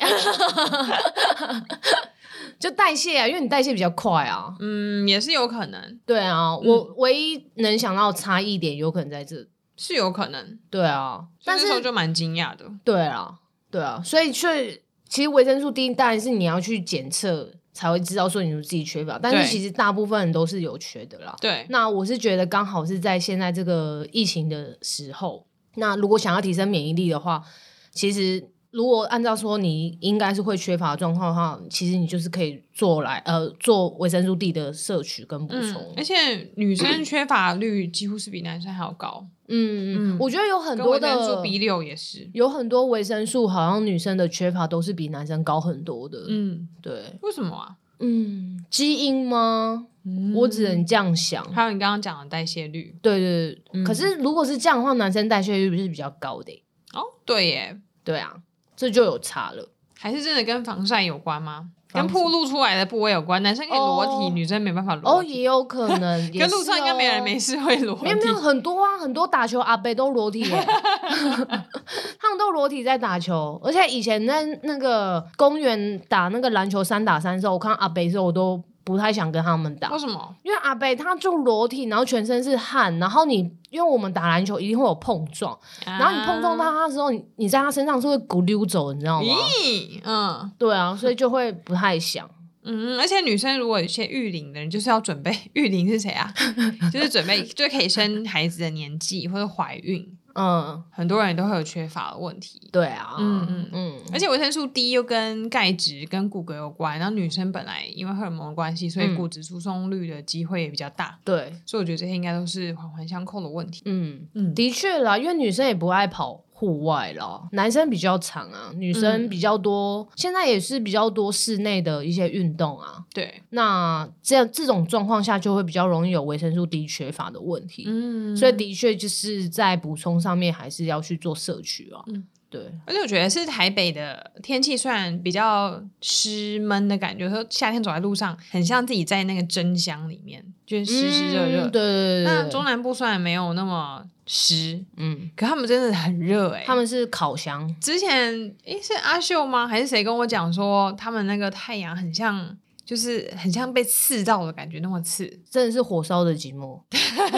Speaker 1: 就代谢啊，因为你代谢比较快啊。
Speaker 2: 嗯，也是有可能，
Speaker 1: 对啊，
Speaker 2: 嗯
Speaker 1: 我唯一能想到差异点有可能在这。
Speaker 2: 是有可能。
Speaker 1: 对啊，
Speaker 2: 所以
Speaker 1: 但
Speaker 2: 那
Speaker 1: 是
Speaker 2: 时候就蛮惊讶的。
Speaker 1: 对啊，对啊，所以却其实维生素 D 当然是你要去检测才会知道说你自己缺乏，但
Speaker 2: 对
Speaker 1: 是其实大部分人都是有缺的啦。
Speaker 2: 对，
Speaker 1: 那我是觉得刚好是在现在这个疫情的时候，那如果想要提升免疫力的话，其实如果按照说你应该是会缺乏的状况的话，其实你就是可以做来呃做维生素 D 的摄取跟补充
Speaker 2: 嗯，。而且女生缺乏率几乎是比男生还要高，
Speaker 1: 嗯，
Speaker 2: 嗯
Speaker 1: 我觉得有很
Speaker 2: 跟
Speaker 1: 多
Speaker 2: 维生
Speaker 1: 的
Speaker 2: 素 B 六也是。
Speaker 1: 有很多维生素，好像女生的缺乏都是比男生高很多的。
Speaker 2: 嗯，
Speaker 1: 对，
Speaker 2: 为什么啊？
Speaker 1: 嗯，基因吗？
Speaker 2: 嗯
Speaker 1: 我只能这样想。
Speaker 2: 还有你刚刚讲的代谢率
Speaker 1: 对对对，
Speaker 2: 嗯
Speaker 1: 可是如果是这样的话，男生代谢率不是比较高的欸、
Speaker 2: 哦，对耶，
Speaker 1: 对啊，这就有差了。
Speaker 2: 还是真的跟防晒有关吗？
Speaker 1: 防晒
Speaker 2: 跟暴露出来的部位有关，男生可以裸体，
Speaker 1: 哦
Speaker 2: 女生没办法裸
Speaker 1: 哦，
Speaker 2: 体。
Speaker 1: 也有可能， 也
Speaker 2: 跟
Speaker 1: 是
Speaker 2: 路上应该没人
Speaker 1: 哦
Speaker 2: 没事会裸体。
Speaker 1: 没有没有很多啊，很多打球阿伯都裸体 耶， 他们都裸体在打球，而且以前在那个公园打那个篮球三打三的时候，我看阿伯的时候，我都不太想跟他们打
Speaker 2: 为，什么？
Speaker 1: 因为阿伯他就裸体，然后全身是汗，然后你因为我们打篮球一定会有碰撞，然后你碰撞到
Speaker 2: 啊
Speaker 1: 他的时候，你你在他身上是会骨溜走，你知道吗？
Speaker 2: 咦，嗯
Speaker 1: 对啊，所以就会不太想。
Speaker 2: 嗯，而且女生如果有一些育龄的人，就是要准备育龄是谁 啊？就是准备就可以生孩子的年纪或者怀孕，
Speaker 1: 嗯，
Speaker 2: 很多人都会有缺乏的问题。
Speaker 1: 对啊，
Speaker 2: 嗯嗯
Speaker 1: 嗯
Speaker 2: 而且维生素 D 又跟钙质、跟骨骼有关，然后女生本来因为荷尔蒙的关系，所以
Speaker 1: 嗯
Speaker 2: 骨质疏松率的机会也比较大，
Speaker 1: 对，
Speaker 2: 所以我觉得这些应该都是环环相扣的问题。
Speaker 1: 嗯。
Speaker 2: 嗯，
Speaker 1: 的确啦，因为女生也不爱跑户外啦，男生比较长啊，女生比较多，现在也是比较多室内的一些运动啊。
Speaker 2: 对，
Speaker 1: 那这样这种状况下，就会比较容易有维生素 D 缺乏的问题。
Speaker 2: 嗯
Speaker 1: 所以的确就是在补充上面，还是要去做摄取啊。
Speaker 2: 嗯
Speaker 1: 对，
Speaker 2: 而且我觉得是台北的天气，虽然比较湿闷的感觉，说夏天走在路上，很像自己在那个蒸箱里面，就是湿湿热热。
Speaker 1: 嗯对对对
Speaker 2: 那
Speaker 1: 对，
Speaker 2: 中南部虽然没有那么湿，
Speaker 1: 嗯，
Speaker 2: 可他们真的很热哎、
Speaker 1: 他们是烤箱，
Speaker 2: 之前诶是阿秀吗？还是谁跟我讲说他们那个太阳很像，就是很像被刺到的感觉，那么刺。
Speaker 1: 真的是火烧的寂寞。
Speaker 2: 对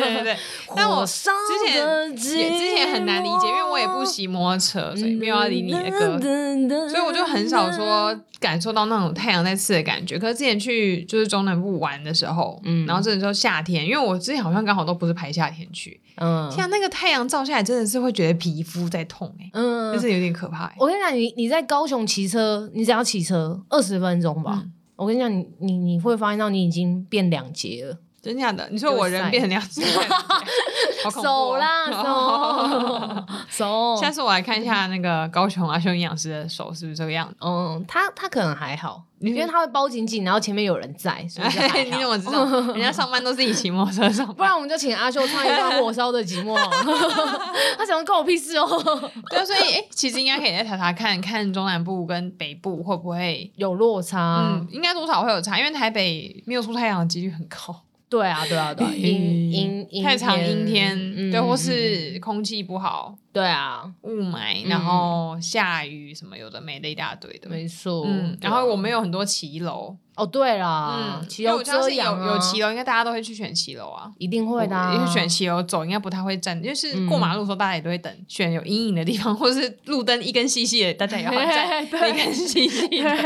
Speaker 2: 对对，但我
Speaker 1: 火烧
Speaker 2: 之前
Speaker 1: 的
Speaker 2: 也之前很难理解，因为我也不
Speaker 1: 寂寞
Speaker 2: 骑摩托车，所以
Speaker 1: 嗯
Speaker 2: 没有要理你的歌。
Speaker 1: 歌
Speaker 2: 所以我就很少说感受到那种太阳在刺的感觉。可是之前去就是中南部玩的时候，
Speaker 1: 嗯
Speaker 2: 然后这时候夏天，因为我之前好像刚好都不是排夏天去，
Speaker 1: 嗯
Speaker 2: 像那个太阳照下来，真的是会觉得皮肤在痛哎、
Speaker 1: 嗯，
Speaker 2: 就是有点可怕、欸。
Speaker 1: 我跟你讲，你你在高雄骑车，你只要骑车二十分钟吧。
Speaker 2: 嗯
Speaker 1: 我跟你讲，你你你会发现到你已经变两截了，
Speaker 2: 真假的？你说我人变成那样子， 好恐怖、哦！
Speaker 1: 手 啦手
Speaker 2: 下次我来看一下那个高雄阿修营养师的手是不是这个样 子？
Speaker 1: 嗯，他他可能还好，
Speaker 2: 你
Speaker 1: 因为他会包紧紧，然后前面有人 在，所以就还好
Speaker 2: 你怎么知道？人家上班都自己骑摩托车上班，
Speaker 1: 不然我们就请阿秀唱一段《火烧的寂寞》好了， 他想说关我屁事 哦，
Speaker 2: 对啊，所以哎、诶其实应该可以再查查看看中南部跟北部会不会，
Speaker 1: 有落差
Speaker 2: 嗯，，应该多少会有差，因为台北没有出太阳的几率很高，
Speaker 1: 对啊，对啊，对啊，
Speaker 2: 嗯
Speaker 1: 阴阴阴
Speaker 2: 太长阴天，
Speaker 1: 嗯
Speaker 2: 对，或
Speaker 1: 嗯
Speaker 2: 是空气不好、
Speaker 1: 对啊，
Speaker 2: 雾霾，
Speaker 1: 嗯
Speaker 2: 然后下雨什么有的没的一大堆的，
Speaker 1: 没错，
Speaker 2: 嗯，
Speaker 1: 对啊
Speaker 2: 然后我们有很多骑楼，
Speaker 1: 哦，对啦，
Speaker 2: 嗯，
Speaker 1: 骑
Speaker 2: 因为
Speaker 1: 楼
Speaker 2: 我知道
Speaker 1: 遮
Speaker 2: 是有
Speaker 1: 阳啊
Speaker 2: 有骑楼，应该大家都会去选骑楼啊。
Speaker 1: 一定会的、啊，
Speaker 2: 因为选骑楼走应该不太会站，就是
Speaker 1: 嗯
Speaker 2: 过马路的时候大家也都会等选有阴影的地方，或是路灯一根细细的，大家 也要站
Speaker 1: 对
Speaker 2: 一根细细的。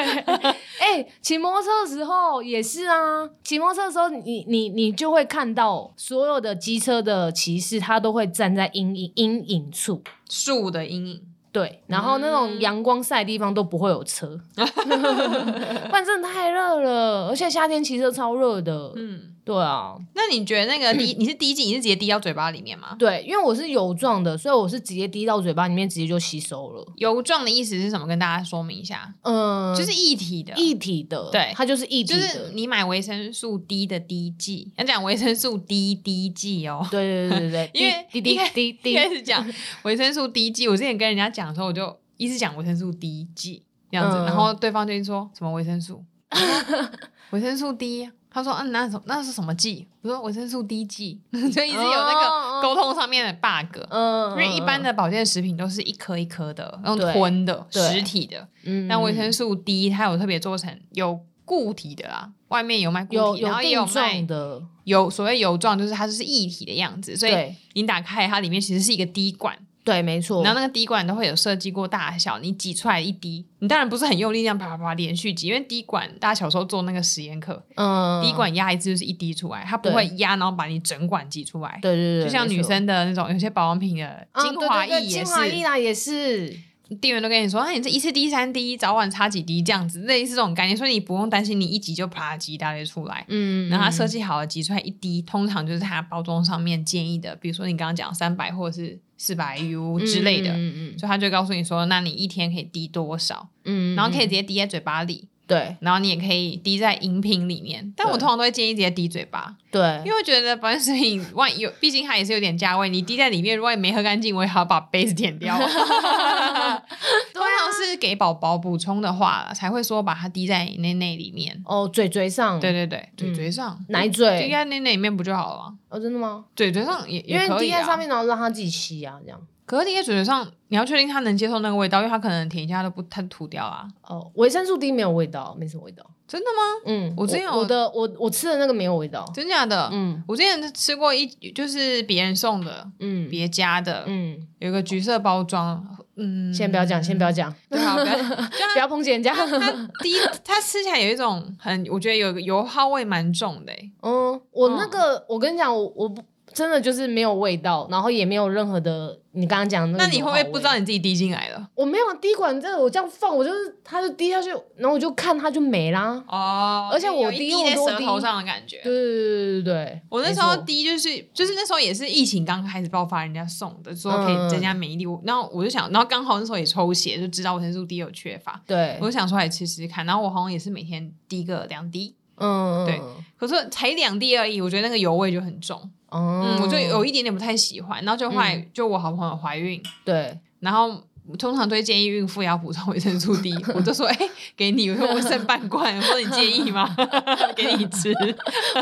Speaker 1: 哎，骑、摩托车的时候也是啊，骑摩托车的时候你，你你就会看到所有的机车的骑士，他都会站在阴影阴影处，
Speaker 2: 树的阴影。
Speaker 1: 对，然后那
Speaker 2: 嗯
Speaker 1: 种阳光晒的地方都不会有 车， 不然真的太热了，而且夏天骑车超热的，
Speaker 2: 嗯，
Speaker 1: 对啊，
Speaker 2: 那你觉得那个滴，你是滴剂，你是直接滴到嘴巴里面吗？
Speaker 1: 对，因为我是油状的，所以我是直接滴到嘴巴里面，直接就吸收了，
Speaker 2: 油状的意思是什么？跟大家说明一下，
Speaker 1: 嗯，
Speaker 2: 就是液体的，
Speaker 1: 一体的，
Speaker 2: 对
Speaker 1: 它就是一体
Speaker 2: 就
Speaker 1: 的，
Speaker 2: 是你买维生素 D 的滴剂，要讲维生素 D 滴剂哦。
Speaker 1: 对对 对对对，
Speaker 2: 因为
Speaker 1: 滴滴
Speaker 2: 因为
Speaker 1: 滴
Speaker 2: 一
Speaker 1: 滴
Speaker 2: 开始讲 维生素 D 剂，我之前跟人家讲的时候，我就一直讲维生素 D 剂这样子，
Speaker 1: 嗯
Speaker 2: 然后对方就一直说什么维生 素，我说维生素 D 啊。他说：“嗯、那什那是什么剂？”我说：“维生素 D 剂。” 就一直有那
Speaker 1: 哦哦
Speaker 2: 个沟通上面的 bug。
Speaker 1: 嗯，
Speaker 2: 因为一般
Speaker 1: 嗯
Speaker 2: 的保健食品都是一颗一颗的，用
Speaker 1: 对
Speaker 2: 吞的
Speaker 1: 对
Speaker 2: 实体的，
Speaker 1: 嗯
Speaker 2: 但维生素 D 它有特别做成有固体的啦，外面有卖固
Speaker 1: 有
Speaker 2: 体，然
Speaker 1: 有
Speaker 2: 后也有
Speaker 1: 定
Speaker 2: 卖
Speaker 1: 状的，
Speaker 2: 有所谓油状，就是它就是液体的样子，所以
Speaker 1: 对
Speaker 2: 你打开它里面其实是一个滴管，
Speaker 1: 对，没错，
Speaker 2: 然后那个滴管都会有设计过大小，你挤出来一滴，你当然不是很用力这样啪啪啪连续挤，因为滴管大家小时候做那个实验课，
Speaker 1: 嗯，
Speaker 2: 滴管压一次就是一滴出来，它不
Speaker 1: 对
Speaker 2: 会压然后把你整管挤出来。
Speaker 1: 对，对对对，
Speaker 2: 就像
Speaker 1: 没
Speaker 2: 女
Speaker 1: 错
Speaker 2: 生的那种有些保养品的
Speaker 1: 啊
Speaker 2: 精华
Speaker 1: 对对对
Speaker 2: 液也
Speaker 1: 精华
Speaker 2: 是
Speaker 1: 液，啦也是，
Speaker 2: 店员都跟你说，那、哎你这一次滴三滴，早晚擦几滴这样子，类似这种概念，所以你不用担心你一挤就啪挤一大堆出来。
Speaker 1: 嗯，
Speaker 2: 然后它设计好了挤出来一滴，通常就是它包装上面建议的，比如说你刚刚讲三百或者是四百 U
Speaker 1: 嗯
Speaker 2: 之类的，
Speaker 1: 嗯嗯
Speaker 2: 所以它就会告诉你说，那你一天可以滴多少，
Speaker 1: 嗯，
Speaker 2: 然后可以直
Speaker 1: 以
Speaker 2: 接滴在嘴巴里，
Speaker 1: 对
Speaker 2: 然后你也可以滴在饮品里面，但我
Speaker 1: 对
Speaker 2: 通常都会建议直接滴嘴巴，
Speaker 1: 对
Speaker 2: 因，为我觉得保健食品万一有，毕竟它也是有点价位，你滴在里面，如果你没喝干净，我也好把杯子 舔掉。通
Speaker 1: 啊
Speaker 2: 常是给宝宝补充的话，才会说把它滴在内内里面。
Speaker 1: 哦，嘴嘴上，
Speaker 2: 对对对，嘴
Speaker 1: 嗯
Speaker 2: 嘴上，
Speaker 1: 奶
Speaker 2: 就应
Speaker 1: 嘴，
Speaker 2: 该内内里面不就好了吗？
Speaker 1: 哦，真的吗？
Speaker 2: 嘴嘴上也
Speaker 1: 因
Speaker 2: 也
Speaker 1: 为
Speaker 2: 可
Speaker 1: 滴
Speaker 2: 以
Speaker 1: 在
Speaker 2: 啊
Speaker 1: 上。面，然后让他自己吸啊，这样。
Speaker 2: 可是滴在嘴嘴上，你要确定他能接受那个味道，因为他可能舔一下都不，他吐掉啊。
Speaker 1: 哦，维生素 D 没有味道，没什么味道。
Speaker 2: 真的吗？
Speaker 1: 嗯，
Speaker 2: 我之前有
Speaker 1: 我的我我吃的那个没有味道。
Speaker 2: 真假的？
Speaker 1: 嗯
Speaker 2: 我之前吃过一，就是别人送的，
Speaker 1: 嗯
Speaker 2: 别家的，
Speaker 1: 嗯，
Speaker 2: 有一个橘色包装，嗯，
Speaker 1: 先不要讲，先不要讲，
Speaker 2: 对啊，不要，就
Speaker 1: 不要抨击人家。
Speaker 2: 它第一，它吃起来有一种很，我觉得有一个油耗味蛮重的、欸，
Speaker 1: 嗯，我那个我跟你讲，我我不真的就是没有味道，然后也没有任何的你刚刚讲的
Speaker 2: 那
Speaker 1: 个
Speaker 2: 你
Speaker 1: 油
Speaker 2: 会不
Speaker 1: 耗
Speaker 2: 会
Speaker 1: 味
Speaker 2: 不知道？你自己滴进来了？
Speaker 1: 我没有啊滴管这个，我这样放，我就是它就滴下去，然后我就看它就没啦。
Speaker 2: 哦，
Speaker 1: 而且我
Speaker 2: 有一
Speaker 1: 滴
Speaker 2: 滴在
Speaker 1: 我多
Speaker 2: 舌
Speaker 1: 滴
Speaker 2: 头上的感觉
Speaker 1: 对。对对对对，
Speaker 2: 我那
Speaker 1: 没
Speaker 2: 时候
Speaker 1: 错
Speaker 2: 滴就是就是那时候也是疫情刚开始爆发，人家送的说可
Speaker 1: 嗯
Speaker 2: 以增加免疫力，我然后我就想，然后刚好那时候也抽血，就知道维生素 D 有缺乏，
Speaker 1: 对
Speaker 2: 我，就想说来吃吃看，然后我好像也是每天滴个两滴，
Speaker 1: 嗯，
Speaker 2: 对可是才两滴而已，我觉得那个油味就很重，
Speaker 1: 嗯，
Speaker 2: 嗯，我就有一点点不太喜欢，然后就后来、就我好朋友怀孕，
Speaker 1: 对，
Speaker 2: 然后通常都会建议孕妇要补充维生素 D，我就说哎、给你，我说我剩半罐，我说你介意吗？ 给你吃，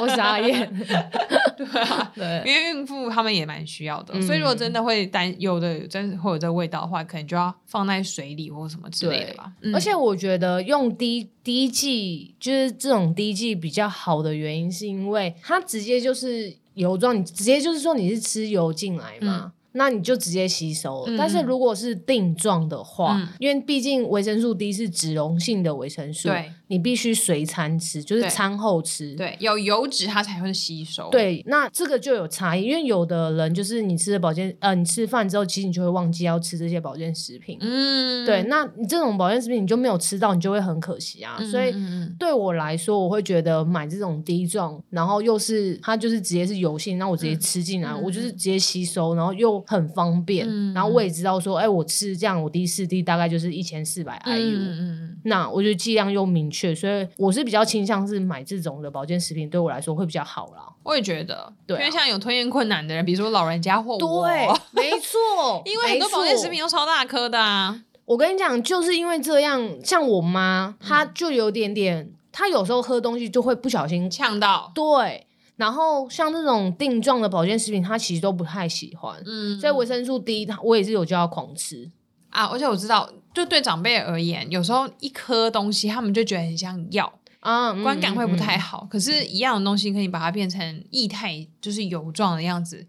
Speaker 1: 我傻眼，
Speaker 2: 对啊。
Speaker 1: 对，
Speaker 2: 因为孕妇她们也蛮需要的，
Speaker 1: 嗯
Speaker 2: 所以如果真的会担有的真的会有这个味道的话，可能就要放在水里或什么之类的吧。嗯
Speaker 1: 而且我觉得用滴滴剂，就是这种滴剂比较好的原因，是因为它直接就是油状，你直接就是说你是吃油进来嘛。那你就直接吸收了，
Speaker 2: 嗯
Speaker 1: 但是如果是定状的话，
Speaker 2: 嗯
Speaker 1: 因为毕竟维生素 D 是脂溶性的维生素
Speaker 2: 对，
Speaker 1: 你必须随餐吃，就是
Speaker 2: 对
Speaker 1: 餐后吃。
Speaker 2: 对有油脂它才会吸收。
Speaker 1: 对那这个就有差异，因为有的人就是你吃的保健，呃，你吃饭之后，其实你就会忘记要吃这些保健食品。
Speaker 2: 嗯，嗯，
Speaker 1: 对，那你这种保健食品你就没有吃到，你就会很可惜啊。所以
Speaker 2: 嗯嗯
Speaker 1: 对我来说，我会觉得买这种滴状，然后又是它就是直接是油性，然后我直接吃进来，
Speaker 2: 嗯嗯
Speaker 1: 我就是直接吸收，然后又很方便，
Speaker 2: 嗯
Speaker 1: 然后我也知道说，哎，我吃这样，我滴四滴大概就是一千四百
Speaker 2: 嗯
Speaker 1: IU。
Speaker 2: 嗯嗯
Speaker 1: 那我觉得剂量又明确，所以我是比较倾向是买这种的保健食品，对我来说会比较好啦。
Speaker 2: 我也觉得，
Speaker 1: 对啊
Speaker 2: 因为像有吞咽困难的人，比如说老人家或我，
Speaker 1: 对，没错，
Speaker 2: 因为很多
Speaker 1: 没错
Speaker 2: 保健食品都超大颗的啊。
Speaker 1: 我跟你讲，就是因为这样，像我妈，
Speaker 2: 嗯
Speaker 1: 她就有点点，她有时候喝东西就会不小心
Speaker 2: 呛到，
Speaker 1: 对。然后像这种定状的保健食品，她其实都不太喜欢，
Speaker 2: 嗯，
Speaker 1: 所以维生素 D 她我也是有叫她狂吃。
Speaker 2: 啊，而且我知道，就对长辈而言，有时候一颗东西他们就觉得很像药，
Speaker 1: 啊，嗯
Speaker 2: 观感会不太
Speaker 1: 嗯
Speaker 2: 好。可是，一样的东西可以把它变成液态，就是油状的样子，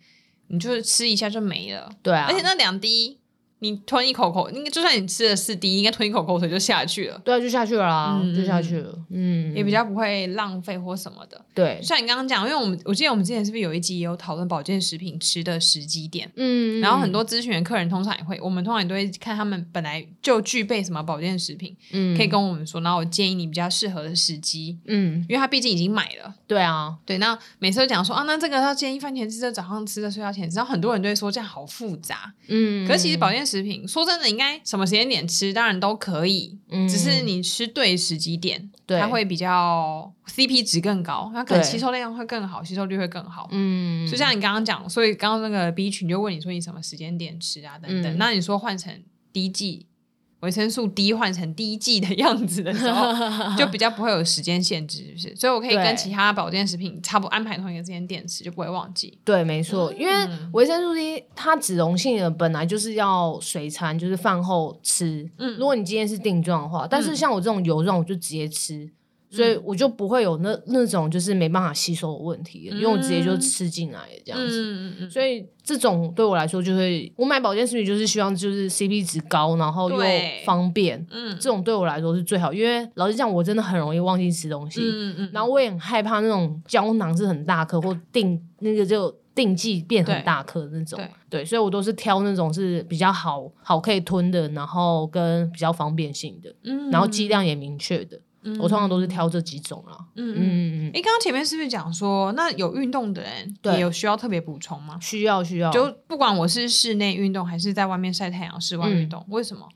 Speaker 2: 你就是吃一下就没了。
Speaker 1: 嗯对啊，
Speaker 2: 而且那两滴，你吞一口口，应该就算你吃了四滴，应该吞一口口水就下去了，
Speaker 1: 对啊，就下去了啦，
Speaker 2: 嗯
Speaker 1: 就下去了，嗯，
Speaker 2: 也比较不会浪费或什么的。
Speaker 1: 对
Speaker 2: 就，像你刚刚讲，因为我们我记得我们之前是不是有一集也有讨论保健食品吃的时机点？
Speaker 1: 嗯，
Speaker 2: 然后很多咨询的客人通常也会，我们通常也都会看他们本来就具备什么保健食品，
Speaker 1: 嗯
Speaker 2: 可以，跟我们说。然后我建议你比较适合的时机，
Speaker 1: 嗯，
Speaker 2: 因为他毕竟已经买了。
Speaker 1: 对啊，
Speaker 2: 对，那每次都讲说啊，那这个要建议饭前吃，这早上吃，这睡觉前吃。然后很多人都会说这样好复杂，
Speaker 1: 嗯，
Speaker 2: 可是其实保健食品说真的，应该什么时间点吃当然都可以，
Speaker 1: 嗯
Speaker 2: 只是你吃对时机点，
Speaker 1: 对
Speaker 2: 它会比较 CP 值更高，它可能
Speaker 1: 对
Speaker 2: 吸收量会更好，吸收率会更好。
Speaker 1: 嗯，
Speaker 2: 就像你刚刚讲，所以刚刚那个 B 群就问你说你什么时间点吃啊等等，
Speaker 1: 嗯
Speaker 2: 那你说换成低剂维生素 D 换成低剂的样子的时候，就比较不会有时间限制，是不是？所以我可以
Speaker 1: 对
Speaker 2: 跟其他保健食品差不多安排同一个时间点吃，就不会忘记。
Speaker 1: 对，没错，因为
Speaker 2: 嗯
Speaker 1: 维生素 D 它脂溶性的本来就是要随餐，就是饭后吃。
Speaker 2: 嗯
Speaker 1: 如果你今天是定状的话，但是像我这种油状，我就直接
Speaker 2: 嗯
Speaker 1: 吃，所以我就不会有那那种就是没办法吸收的问题了，因为我直接就吃进来了这样子。
Speaker 2: 嗯嗯嗯嗯，
Speaker 1: 所以这种对我来说，就会我买保健食品就是希望就是 CP 值高，然后又
Speaker 2: 对
Speaker 1: 方便，
Speaker 2: 嗯
Speaker 1: 这种对我来说是最好。因为老实讲，我真的很容易忘记吃东西。
Speaker 2: 嗯嗯，
Speaker 1: 然后我也很害怕那种胶囊是很大颗或定那个就定剂变很大颗的那种，
Speaker 2: 对
Speaker 1: 对，所以我都是挑那种是比较好好可以吞的，然后跟比较方便性的，
Speaker 2: 嗯
Speaker 1: 然后剂量也明确的，我通常都是挑这几种啦。
Speaker 2: 嗯嗯。
Speaker 1: 嗯嗯嗯，
Speaker 2: 哎，刚刚前面是不是讲说，那有运动的人
Speaker 1: 对
Speaker 2: 也有需要特别补充吗？
Speaker 1: 需要需要，
Speaker 2: 就不管我是室内运动还是在外面晒太阳、室外
Speaker 1: 嗯
Speaker 2: 运动，为什么？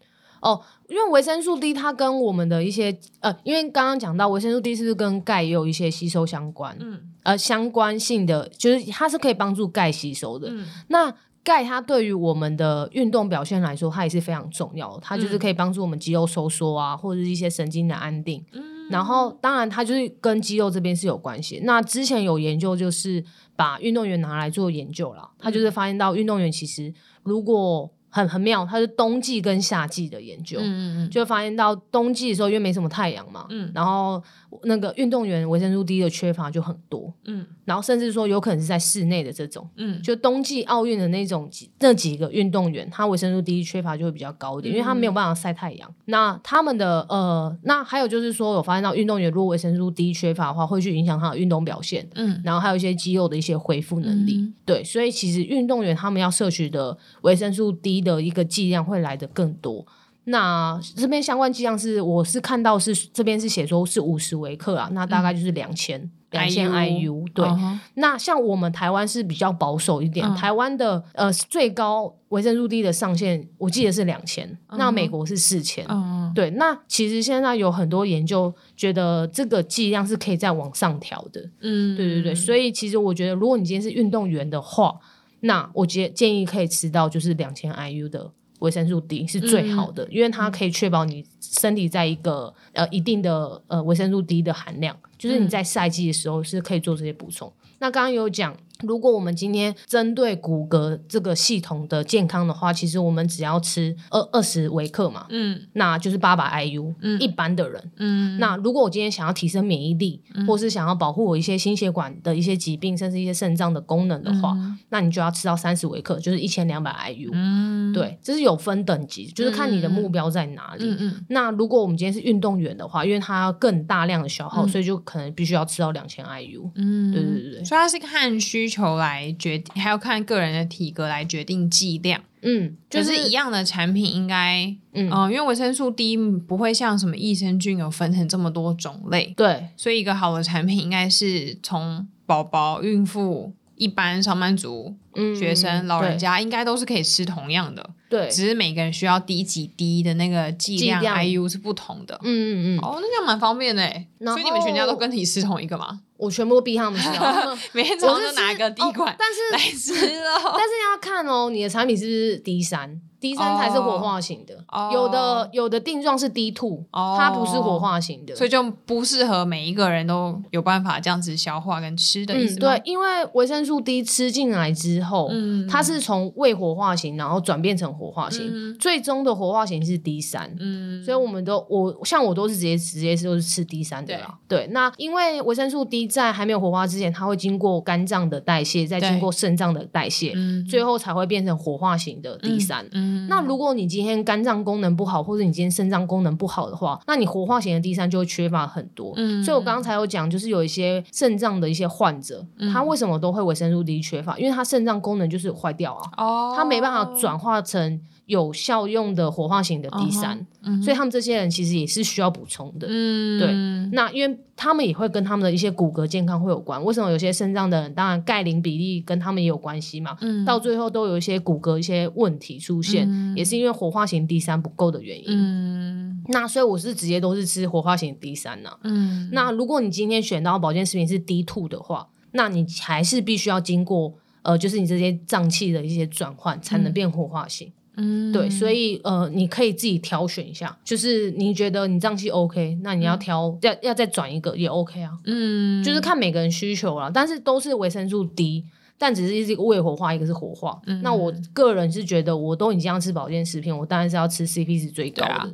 Speaker 1: 哦，因为维生素 D 它跟我们的一些呃，因为刚刚讲到维生素 D 是不是跟钙也有一些吸收相关，
Speaker 2: 嗯
Speaker 1: 呃，相关性的就是它是可以帮助钙吸收的。
Speaker 2: 嗯
Speaker 1: 那钙它对于我们的运动表现来说，它也是非常重要的，它
Speaker 2: 嗯
Speaker 1: 就是可以帮助我们肌肉收缩啊，或者是一些神经的安定。
Speaker 2: 嗯
Speaker 1: 然后，当然，它就是跟肌肉这边是有关系。那之前有研究，就是把运动员拿来做研究了，他
Speaker 2: 嗯
Speaker 1: 就是发现到运动员其实如果很很妙，它是冬季跟夏季的研究，
Speaker 2: 嗯嗯
Speaker 1: 就发现到冬季的时候，因为没什么太阳嘛，
Speaker 2: 嗯
Speaker 1: 然后那个运动员维生素 D 的缺乏就很多，
Speaker 2: 嗯
Speaker 1: 然后甚至说有可能是在室内的这种，
Speaker 2: 嗯
Speaker 1: 就冬季奥运的那种几那几个运动员，他维生素 D 缺乏就会比较高一点，因为他没有办法晒太阳。那他们的呃，那还有就是说，我发现到运动员如果维生素 D 缺乏的话，会去影响他的运动表现，
Speaker 2: 嗯
Speaker 1: 然后还有一些肌肉的一些恢复能力。
Speaker 2: 嗯
Speaker 1: 对，所以其实运动员他们要摄取的维生素 D 的一个剂量会来的更多。那这边相关剂量是，我是看到是这边是写说是五十微克啊，那大概就是两千两千 IU，对，
Speaker 2: 嗯哼
Speaker 1: 那像我们台湾是比较保守一点，
Speaker 2: 嗯
Speaker 1: 台湾的呃最高维生素 D 的上限，我记得是两千、0那美国是四千、
Speaker 2: 嗯
Speaker 1: 对，那其实现在有很多研究觉得这个剂量是可以再往上调的。
Speaker 2: 嗯
Speaker 1: 对对对，所以其实我觉得，如果你今天是运动员的话，那我建建议可以吃到就是两千 IU 的维生素 D 是最好
Speaker 2: 嗯
Speaker 1: 的，因为它可以确保你身体在一个呃一定的呃维生素 D 的含量，就是
Speaker 2: 嗯
Speaker 1: 你在赛季的时候是可以做这些补充。那刚刚有讲，如果我们今天针对骨骼这个系统的健康的话，其实我们只要吃二二十微克嘛，
Speaker 2: 嗯
Speaker 1: 那就是八百 IU，、
Speaker 2: 嗯
Speaker 1: 一般的人。
Speaker 2: 嗯
Speaker 1: 那如果我今天想要提升免疫力，或是想要保护我一些心血管的一些疾病，甚至一些肾脏的功能的话，那你就要吃到三十微克，就是一千两百 IU。
Speaker 2: 嗯
Speaker 1: 对，这是有分等级，就是看你的目标在哪里。
Speaker 2: 嗯嗯
Speaker 1: 那如果我们今天是运动员的话，因为他要更大量的消耗，所以就可能必须要吃到两千 IU。
Speaker 2: 嗯
Speaker 1: 对对对对，
Speaker 2: 所以它是看需求来决定，还要看个人的体格来决定剂量。
Speaker 1: 嗯，就
Speaker 2: 就是是一样的产品，应该，
Speaker 1: 嗯
Speaker 2: 嗯、因为维生素 D 不会像什么益生菌有分成这么多种类，
Speaker 1: 对，
Speaker 2: 所以一个好的产品应该是从宝宝、孕妇、一般上班族、
Speaker 1: 嗯，
Speaker 2: 学生、
Speaker 1: 对
Speaker 2: 老人家，应该都是可以吃同样的，
Speaker 1: 对，
Speaker 2: 只是每个人需要滴几滴的那个剂量
Speaker 1: 剂量
Speaker 2: IU 是不同的。
Speaker 1: 嗯嗯嗯，
Speaker 2: 哦，那这样蛮方便的欸，
Speaker 1: 然
Speaker 2: 所以你们全家都
Speaker 1: 后
Speaker 2: 跟你吃同一个吗？
Speaker 1: 我全部都逼他们吃哦， 他们
Speaker 2: 每天早
Speaker 1: 我
Speaker 2: 上
Speaker 1: 是
Speaker 2: 都
Speaker 1: 吃
Speaker 2: 拿一个滴管
Speaker 1: 哦但是
Speaker 2: 来吃了。
Speaker 1: 但是要看哦，你的产品是不是 D 三？D 三
Speaker 2: 哦
Speaker 1: 才是活化型的，
Speaker 2: 哦
Speaker 1: 有的有的定状是 D two，、
Speaker 2: 哦
Speaker 1: 它不是活化型的。
Speaker 2: 所以就不适合每一个人都有办法这样子消化跟吃的意
Speaker 1: 嗯，
Speaker 2: 思吗？
Speaker 1: 对，因为维生素 D 吃进来之后，
Speaker 2: 嗯
Speaker 1: 它是从未活化型，然后转变成活化型，
Speaker 2: 嗯
Speaker 1: 最终的活化型是 D 三、
Speaker 2: 嗯
Speaker 1: 所以我们都我像我都是直接直接都是吃 D 三的啦。对，那因为维生素 D 在还没有活化之前，它会经过肝脏的代谢，再
Speaker 2: 对
Speaker 1: 经过肾脏的代谢，
Speaker 2: 嗯
Speaker 1: 最后才会变成活化型的 D 三、
Speaker 2: 嗯
Speaker 1: 那如果你今天肝脏功能不好，或者你今天肾脏功能不好的话，那你活化型的 D 三就会缺乏很多。
Speaker 2: 嗯
Speaker 1: 所以我刚才有讲，就是有一些肾脏的一些患者，
Speaker 2: 嗯
Speaker 1: 他为什么都会维生素 D 缺乏？因为他肾脏功能就是坏掉啊，
Speaker 2: 哦，
Speaker 1: 他没办法转化成有效用的活化型的 D 三、
Speaker 2: 嗯
Speaker 1: 所以他们这些人其实也是需要补充的。
Speaker 2: 嗯对
Speaker 1: 那因为他们也会跟他们的一些骨骼健康会有关，为什么有些肾脏的人，当然钙磷比例跟他们也有关系嘛，
Speaker 2: 嗯
Speaker 1: 到最后都有一些骨骼一些问题出现，
Speaker 2: 嗯
Speaker 1: 也是因为活化型 D 三不够的原因。
Speaker 2: 嗯
Speaker 1: 那所以我是直接都是吃活化型 D 三呐、
Speaker 2: 嗯
Speaker 1: 那如果你今天选到保健食品是 D two 的话，那你还是必须要经过呃，就是你这些脏器的一些转换，才能变活化型。
Speaker 2: 嗯
Speaker 1: 对，所以呃，你可以自己挑选一下，就是你觉得你脏器 OK，那你要挑、要要再转一个也 OK 啊，
Speaker 2: 嗯
Speaker 1: 就是看每个人需求啦。但是都是维生素 D，但只是一个未活化，一个是活化。
Speaker 2: 嗯
Speaker 1: 那我个人是觉得，我都已经要吃保健食品，我当然是要吃 CP 值最高
Speaker 2: 对啊
Speaker 1: 的。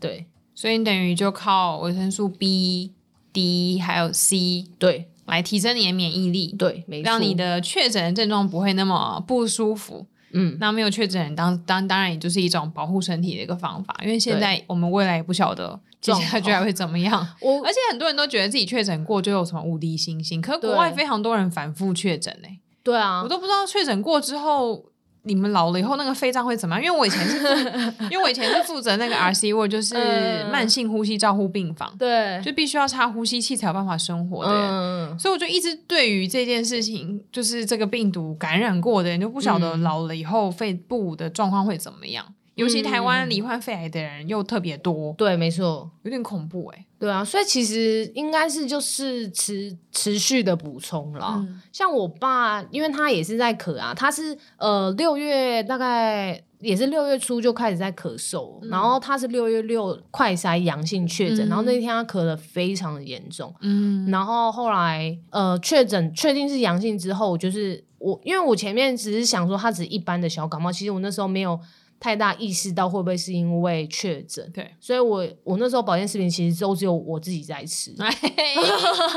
Speaker 1: 对
Speaker 2: 所以你等于就靠维生素 B、D 还有 C
Speaker 1: 对
Speaker 2: 来提升你的免疫力，
Speaker 1: 对，没错。
Speaker 2: 让你的确诊的症状不会那么不舒服。
Speaker 1: 嗯，
Speaker 2: 那没有确诊，当当当然也就是一种保护身体的一个方法，因为现
Speaker 1: 对
Speaker 2: 在我们未来也不晓得接
Speaker 1: 状
Speaker 2: 下去还会怎么 样。
Speaker 1: 我
Speaker 2: 而且很多人都觉得自己确诊过就有什么无敌星星，可是国外
Speaker 1: 对
Speaker 2: 非常多人反复确诊呢、
Speaker 1: 对啊，
Speaker 2: 我都不知道确诊过之后。你们老了以后那个肺脏会怎么样？因为我以前是 负，因为我以前是负责那个 RC w 就是
Speaker 1: 嗯
Speaker 2: 慢性呼吸照护病房，
Speaker 1: 对，
Speaker 2: 就必须要插呼吸器才有办法生活的人。
Speaker 1: 嗯，
Speaker 2: 所以我就一直对于这件事情，
Speaker 1: 嗯
Speaker 2: 就是这个病毒感染过的人，就不晓得老了以后肺部的状况会怎么样。尤其台湾罹患肺癌的人又特别多，
Speaker 1: 对，没错，
Speaker 2: 有点恐怖哎、
Speaker 1: 对啊，所以其实应该是就是持持续的补充啦。
Speaker 2: 嗯
Speaker 1: 像我爸，因为他也是在咳啊，他是呃六月大概也是六月初就开始在咳嗽，然后他是六月六快筛阳性确诊，
Speaker 2: 嗯
Speaker 1: 然后那天他咳的非常的严重，
Speaker 2: 嗯，
Speaker 1: 然后后来呃确诊确定是阳性之后，就是我因为我前面只是想说他只是一般的小感冒，其实我那时候没有太大意识到会不会是因为确诊， ，
Speaker 2: 对
Speaker 1: 所以我我那时候保健食品其实都只有我自己在吃，
Speaker 2: 哎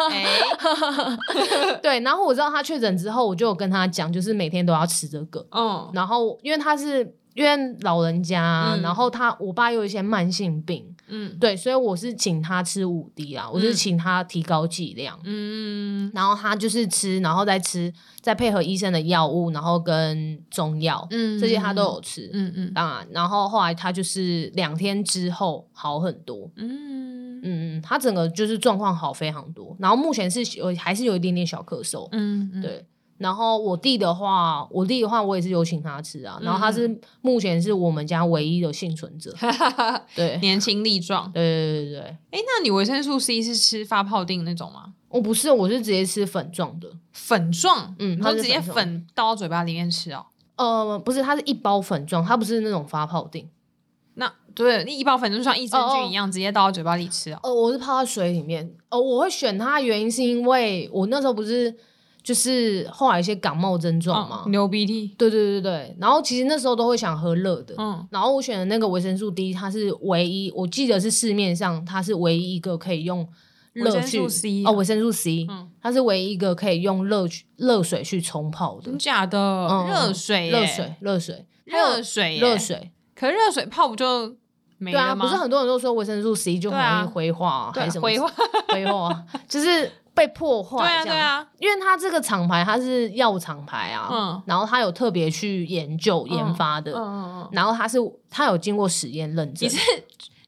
Speaker 2: 哎
Speaker 1: 对。然后我知道他确诊之后，我就有跟他讲，就是每天都要吃这个。
Speaker 2: 哦，
Speaker 1: 然后因为他是因为老人家啊，
Speaker 2: 嗯
Speaker 1: 然后他我爸又有一些慢性病，
Speaker 2: 嗯
Speaker 1: 对，所以我是请他吃五滴啊，我是
Speaker 2: 嗯
Speaker 1: 请他提高剂量。
Speaker 2: 嗯
Speaker 1: 然后他就是吃，然后再吃，再配合医生的药物，然后跟中药，
Speaker 2: 嗯
Speaker 1: 这些他都有吃。
Speaker 2: 嗯嗯
Speaker 1: 当然，然后后来他就是两天之后好很多，
Speaker 2: 嗯
Speaker 1: 嗯，他整个就是状况好非常多，然后目前是有还是有一点点小咳嗽，
Speaker 2: 嗯，
Speaker 1: 对。然后我弟的话，我弟的话我也是有请他吃啊，然后他是目前是我们家唯一的幸存 者，
Speaker 2: 嗯
Speaker 1: 对，对
Speaker 2: 年轻力壮。
Speaker 1: 对对对对，
Speaker 2: 哎，那你维生素 C 是吃发泡定那种吗？
Speaker 1: 我哦不是，我是直接吃粉状的，
Speaker 2: 粉状，
Speaker 1: 嗯
Speaker 2: 你
Speaker 1: 它
Speaker 2: 就是直接
Speaker 1: 粉状
Speaker 2: 粉倒到嘴巴里面吃哦。
Speaker 1: 呃，不是，它是一包粉状，它不是那种发泡定，
Speaker 2: 那对，你一包粉就像益生
Speaker 1: 哦哦
Speaker 2: 菌一样，直接倒到嘴巴里吃哦。
Speaker 1: 呃，我是泡在水里面，呃，我会选它的原因是因为我那时候不是就是后来一些感冒症状嘛，
Speaker 2: 哦流鼻涕，
Speaker 1: 对对对对，然后其实那时候都会想喝热的，
Speaker 2: 嗯
Speaker 1: 然后我选的那个维生素 D，它是唯一，我记得是市面上它是唯一一个可以用热
Speaker 2: 维
Speaker 1: 去
Speaker 2: 生素 C 啊
Speaker 1: 哦，维生素 C，、
Speaker 2: 嗯
Speaker 1: 它是唯一一个可以用热去热水去冲泡的
Speaker 2: 真，假的？
Speaker 1: 嗯
Speaker 2: 热水，
Speaker 1: 热，水热水还
Speaker 2: 热
Speaker 1: 有
Speaker 2: 水耶，
Speaker 1: 热水，
Speaker 2: 可是热水泡不就没
Speaker 1: 对啊，
Speaker 2: 了吗？
Speaker 1: 不是很多人都说维生素 C 就很
Speaker 2: 对啊
Speaker 1: 容易挥化、啊
Speaker 2: 对
Speaker 1: 还
Speaker 2: 啊
Speaker 1: 是什 么
Speaker 2: 挥
Speaker 1: 之
Speaker 2: 发，
Speaker 1: 挥霍，啊就是被破
Speaker 2: 对
Speaker 1: 坏
Speaker 2: 啊
Speaker 1: 这
Speaker 2: 对
Speaker 1: 样。
Speaker 2: 啊，
Speaker 1: 因为它这个厂牌它是药厂牌啊，
Speaker 2: 嗯
Speaker 1: 然后它有特别去研究研发的，
Speaker 2: 嗯嗯嗯，
Speaker 1: 然后它是它有经过实验认证
Speaker 2: 你。是。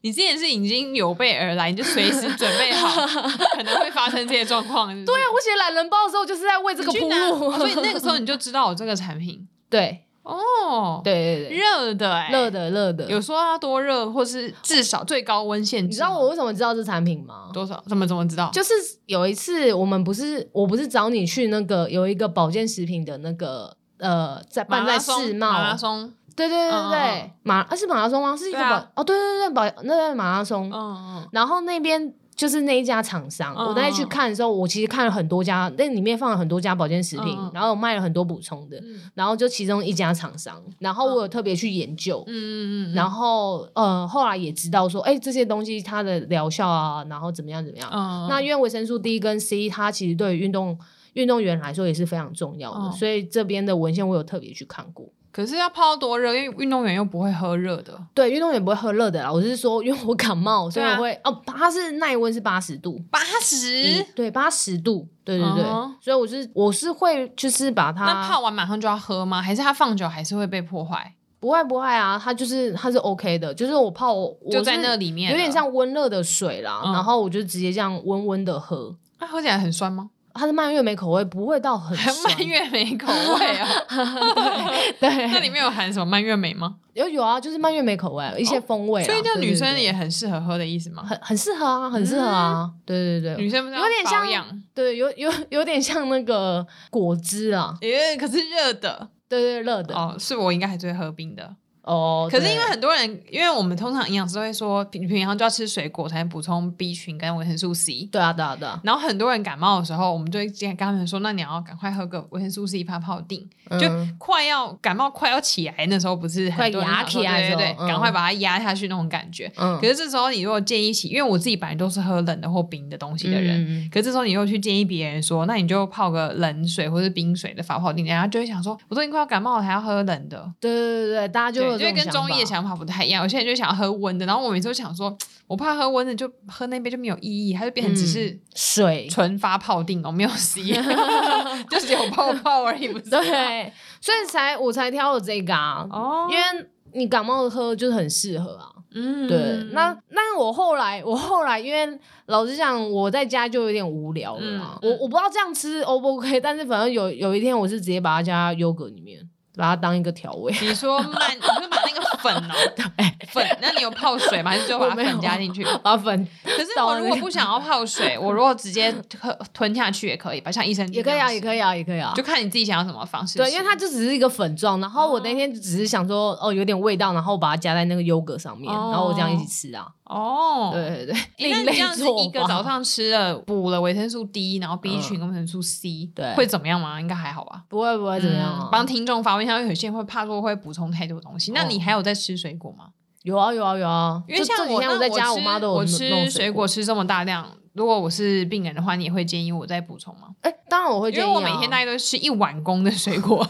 Speaker 2: 你之前是已经有备而来，你就随时准备 好可能会发生这些状况。对
Speaker 1: 对啊，我写懒人包的时候就是在为这个
Speaker 2: 你
Speaker 1: 铺
Speaker 2: 去拿
Speaker 1: 路，
Speaker 2: 哦所以那个时候你就知道有这个产品
Speaker 1: 对
Speaker 2: 哦。，
Speaker 1: 对对对，
Speaker 2: 热的哎、
Speaker 1: 热的热的。
Speaker 2: 有说要多热，或是至少最高温限制吗。
Speaker 1: 你知道我为什么知道这产品吗？
Speaker 2: 多少？怎么怎么知道？
Speaker 1: 就是有一次我们不是我不是找你去那个有一个保健食品的那个呃，在
Speaker 2: 马
Speaker 1: 办在
Speaker 2: 拉松
Speaker 1: 世
Speaker 2: 马
Speaker 1: 贸
Speaker 2: 拉，松，
Speaker 1: 对对对对
Speaker 2: 嗯嗯
Speaker 1: 对，马啊是马拉松吗？是一个
Speaker 2: 对
Speaker 1: 保、
Speaker 2: 啊
Speaker 1: 哦，对对对，保那个马拉松，
Speaker 2: 嗯嗯
Speaker 1: 然后那边就是那一家厂商，
Speaker 2: 嗯
Speaker 1: 我那天去看的时候，我其实看了很多家，那里面放了很多家保健食品，
Speaker 2: 嗯嗯
Speaker 1: 然后有卖了很多补充的，
Speaker 2: 嗯
Speaker 1: 然后就其中一家厂商，然后我有特别去研究。
Speaker 2: 嗯嗯，
Speaker 1: 然后，呃，后来也知道说，哎，这些东西它的疗效啊，然后怎么样怎么样。
Speaker 2: 嗯
Speaker 1: 那因为维生素 D 跟 C，它其实对于运动运动员来说也是非常重要的，
Speaker 2: 嗯
Speaker 1: 所以这边的文献我有特别去看过。
Speaker 2: 可是要泡多热，因为运动员又不会喝热的。
Speaker 1: 对，运动员不会喝热的啦，我是说，因为我感冒，所以
Speaker 2: 对啊
Speaker 1: 我会、哦，它是耐温是八十度，
Speaker 2: 八
Speaker 1: 一
Speaker 2: 十，
Speaker 1: 对八十度，对对对
Speaker 2: 嗯哼
Speaker 1: 所以我是我是会就是把它
Speaker 2: 那泡完马上就要喝吗？还是它放久还是会被破坏？
Speaker 1: 不会不会啊，它就是它是 OK 的，就是我泡我
Speaker 2: 就在那
Speaker 1: 里
Speaker 2: 里面了，
Speaker 1: 有点像温热的水啦，
Speaker 2: 嗯
Speaker 1: 然后我就直接这样温温的喝，
Speaker 2: 那喝起来很酸吗？
Speaker 1: 它是蔓越莓口味，不会到很
Speaker 2: 还
Speaker 1: 酸
Speaker 2: 蔓，越莓口味哦， 那里
Speaker 1: 对，
Speaker 2: 面有含什么蔓越莓吗？
Speaker 1: 有有啊，就是蔓越莓口味，一些风味啊、
Speaker 2: 哦所以就
Speaker 1: 对
Speaker 2: 女
Speaker 1: 对
Speaker 2: 生
Speaker 1: 对
Speaker 2: 也很适合喝的意思吗？
Speaker 1: 很很适合啊，很适合啊，对对
Speaker 2: 女
Speaker 1: 对。
Speaker 2: 生不是
Speaker 1: 有点
Speaker 2: 要
Speaker 1: 像
Speaker 2: 保养，
Speaker 1: 对，有有有点像那个果汁啊，
Speaker 2: 诶，可是热的
Speaker 1: 对对热的
Speaker 2: 哦，是我应该还是会喝冰的。
Speaker 1: 哦。
Speaker 2: 可是因
Speaker 1: 对
Speaker 2: 为很多人，因为我们通常营养师都会说，平平常就要吃水果才能补充 B 群跟维生素 C。
Speaker 1: 对啊对啊对啊，
Speaker 2: 然后很多人感冒的时候，我们就会跟他们说，那你要赶快喝个维生素 C 发泡定，就
Speaker 1: 嗯
Speaker 2: 快要感冒快要起来那时候，不是很多
Speaker 1: 快
Speaker 2: 人
Speaker 1: 压
Speaker 2: 想说
Speaker 1: 起来的
Speaker 2: 对
Speaker 1: 时候
Speaker 2: 对对，
Speaker 1: 嗯
Speaker 2: 赶快把它压下去那种感觉。
Speaker 1: 嗯
Speaker 2: 可是这时候你如果建议起，因为我自己本来都是喝冷的或冰的东西的人，
Speaker 1: 嗯
Speaker 2: 可是这时候你又去建议别人说，那你就泡个冷水或是冰水的发泡定，然后就会想说，我都已经快要感冒了，还要喝冷的。
Speaker 1: 对对对对，大家就
Speaker 2: 对，
Speaker 1: 会
Speaker 2: 就
Speaker 1: 有这
Speaker 2: 会
Speaker 1: 种
Speaker 2: 跟中医的
Speaker 1: 想法
Speaker 2: 想法不太一样。有些人就想要喝温的，然后我每次都想说，我怕喝温的就喝那杯就没有意义，它就变成只是
Speaker 1: 嗯水，
Speaker 2: 纯发泡定哦，没有 C，就只有泡泡而已，不是？
Speaker 1: 对，所以才我才挑了这个啊，
Speaker 2: 哦，
Speaker 1: 因为你感冒喝就是很适合啊。
Speaker 2: 嗯
Speaker 1: 对，那那我后来我后来因为老实讲，我在家就有点无聊了啦，
Speaker 2: 嗯嗯
Speaker 1: 我我不知道这样吃 O 不 OK，但是反正有有一天我是直接把它加优格里面，把它当一个调味。
Speaker 2: 你说慢，你就把那个粉哦，粉。那你有泡水吗？还是就把
Speaker 1: 我没
Speaker 2: 粉
Speaker 1: 有
Speaker 2: 加进去？
Speaker 1: 把粉
Speaker 2: 可是
Speaker 1: 倒
Speaker 2: 我
Speaker 1: 了
Speaker 2: 如
Speaker 1: 那
Speaker 2: 果
Speaker 1: 个
Speaker 2: 不想要泡水，我如果直接喝吞下去也可以吧，像益生菌
Speaker 1: 也可以啊，也
Speaker 2: 以，
Speaker 1: 可以啊，也可以啊
Speaker 2: 就。看你自己想要什么方式吃。
Speaker 1: 对，因为它就只是一个粉状，然后我那天只是想说，哦，有点味道，然后把它加在那个优格上面，
Speaker 2: 哦
Speaker 1: 然后我这样一起吃啊。
Speaker 2: 哦，
Speaker 1: 对对对，另
Speaker 2: 诶 那你
Speaker 1: 类
Speaker 2: 这样子
Speaker 1: 做
Speaker 2: 一个
Speaker 1: 法嗯
Speaker 2: 早上吃了补了维生素 D，然后 B 群跟维生素 C，、
Speaker 1: 对
Speaker 2: 会怎么样吗？应该还好吧。
Speaker 1: 不会不会怎么样啊
Speaker 2: 嗯？帮听众发问一下，因为有些人会怕说会补充太多东西。那
Speaker 1: 哦
Speaker 2: 你还有在吃水果吗？
Speaker 1: 有啊有啊有啊，
Speaker 2: 因为
Speaker 1: 就
Speaker 2: 像
Speaker 1: 这几
Speaker 2: 我
Speaker 1: 天
Speaker 2: 那
Speaker 1: 在家，
Speaker 2: 我
Speaker 1: 我妈
Speaker 2: 吃
Speaker 1: 都有
Speaker 2: 我
Speaker 1: 弄
Speaker 2: 吃
Speaker 1: 弄
Speaker 2: 水
Speaker 1: 果。
Speaker 2: 果吃这么大量，如果我是病人的话，你也会建议我再补充吗？
Speaker 1: 哎、当然我会
Speaker 2: 因
Speaker 1: 建
Speaker 2: 为
Speaker 1: 议、啊，
Speaker 2: 我每天大概都吃一碗公的 水果。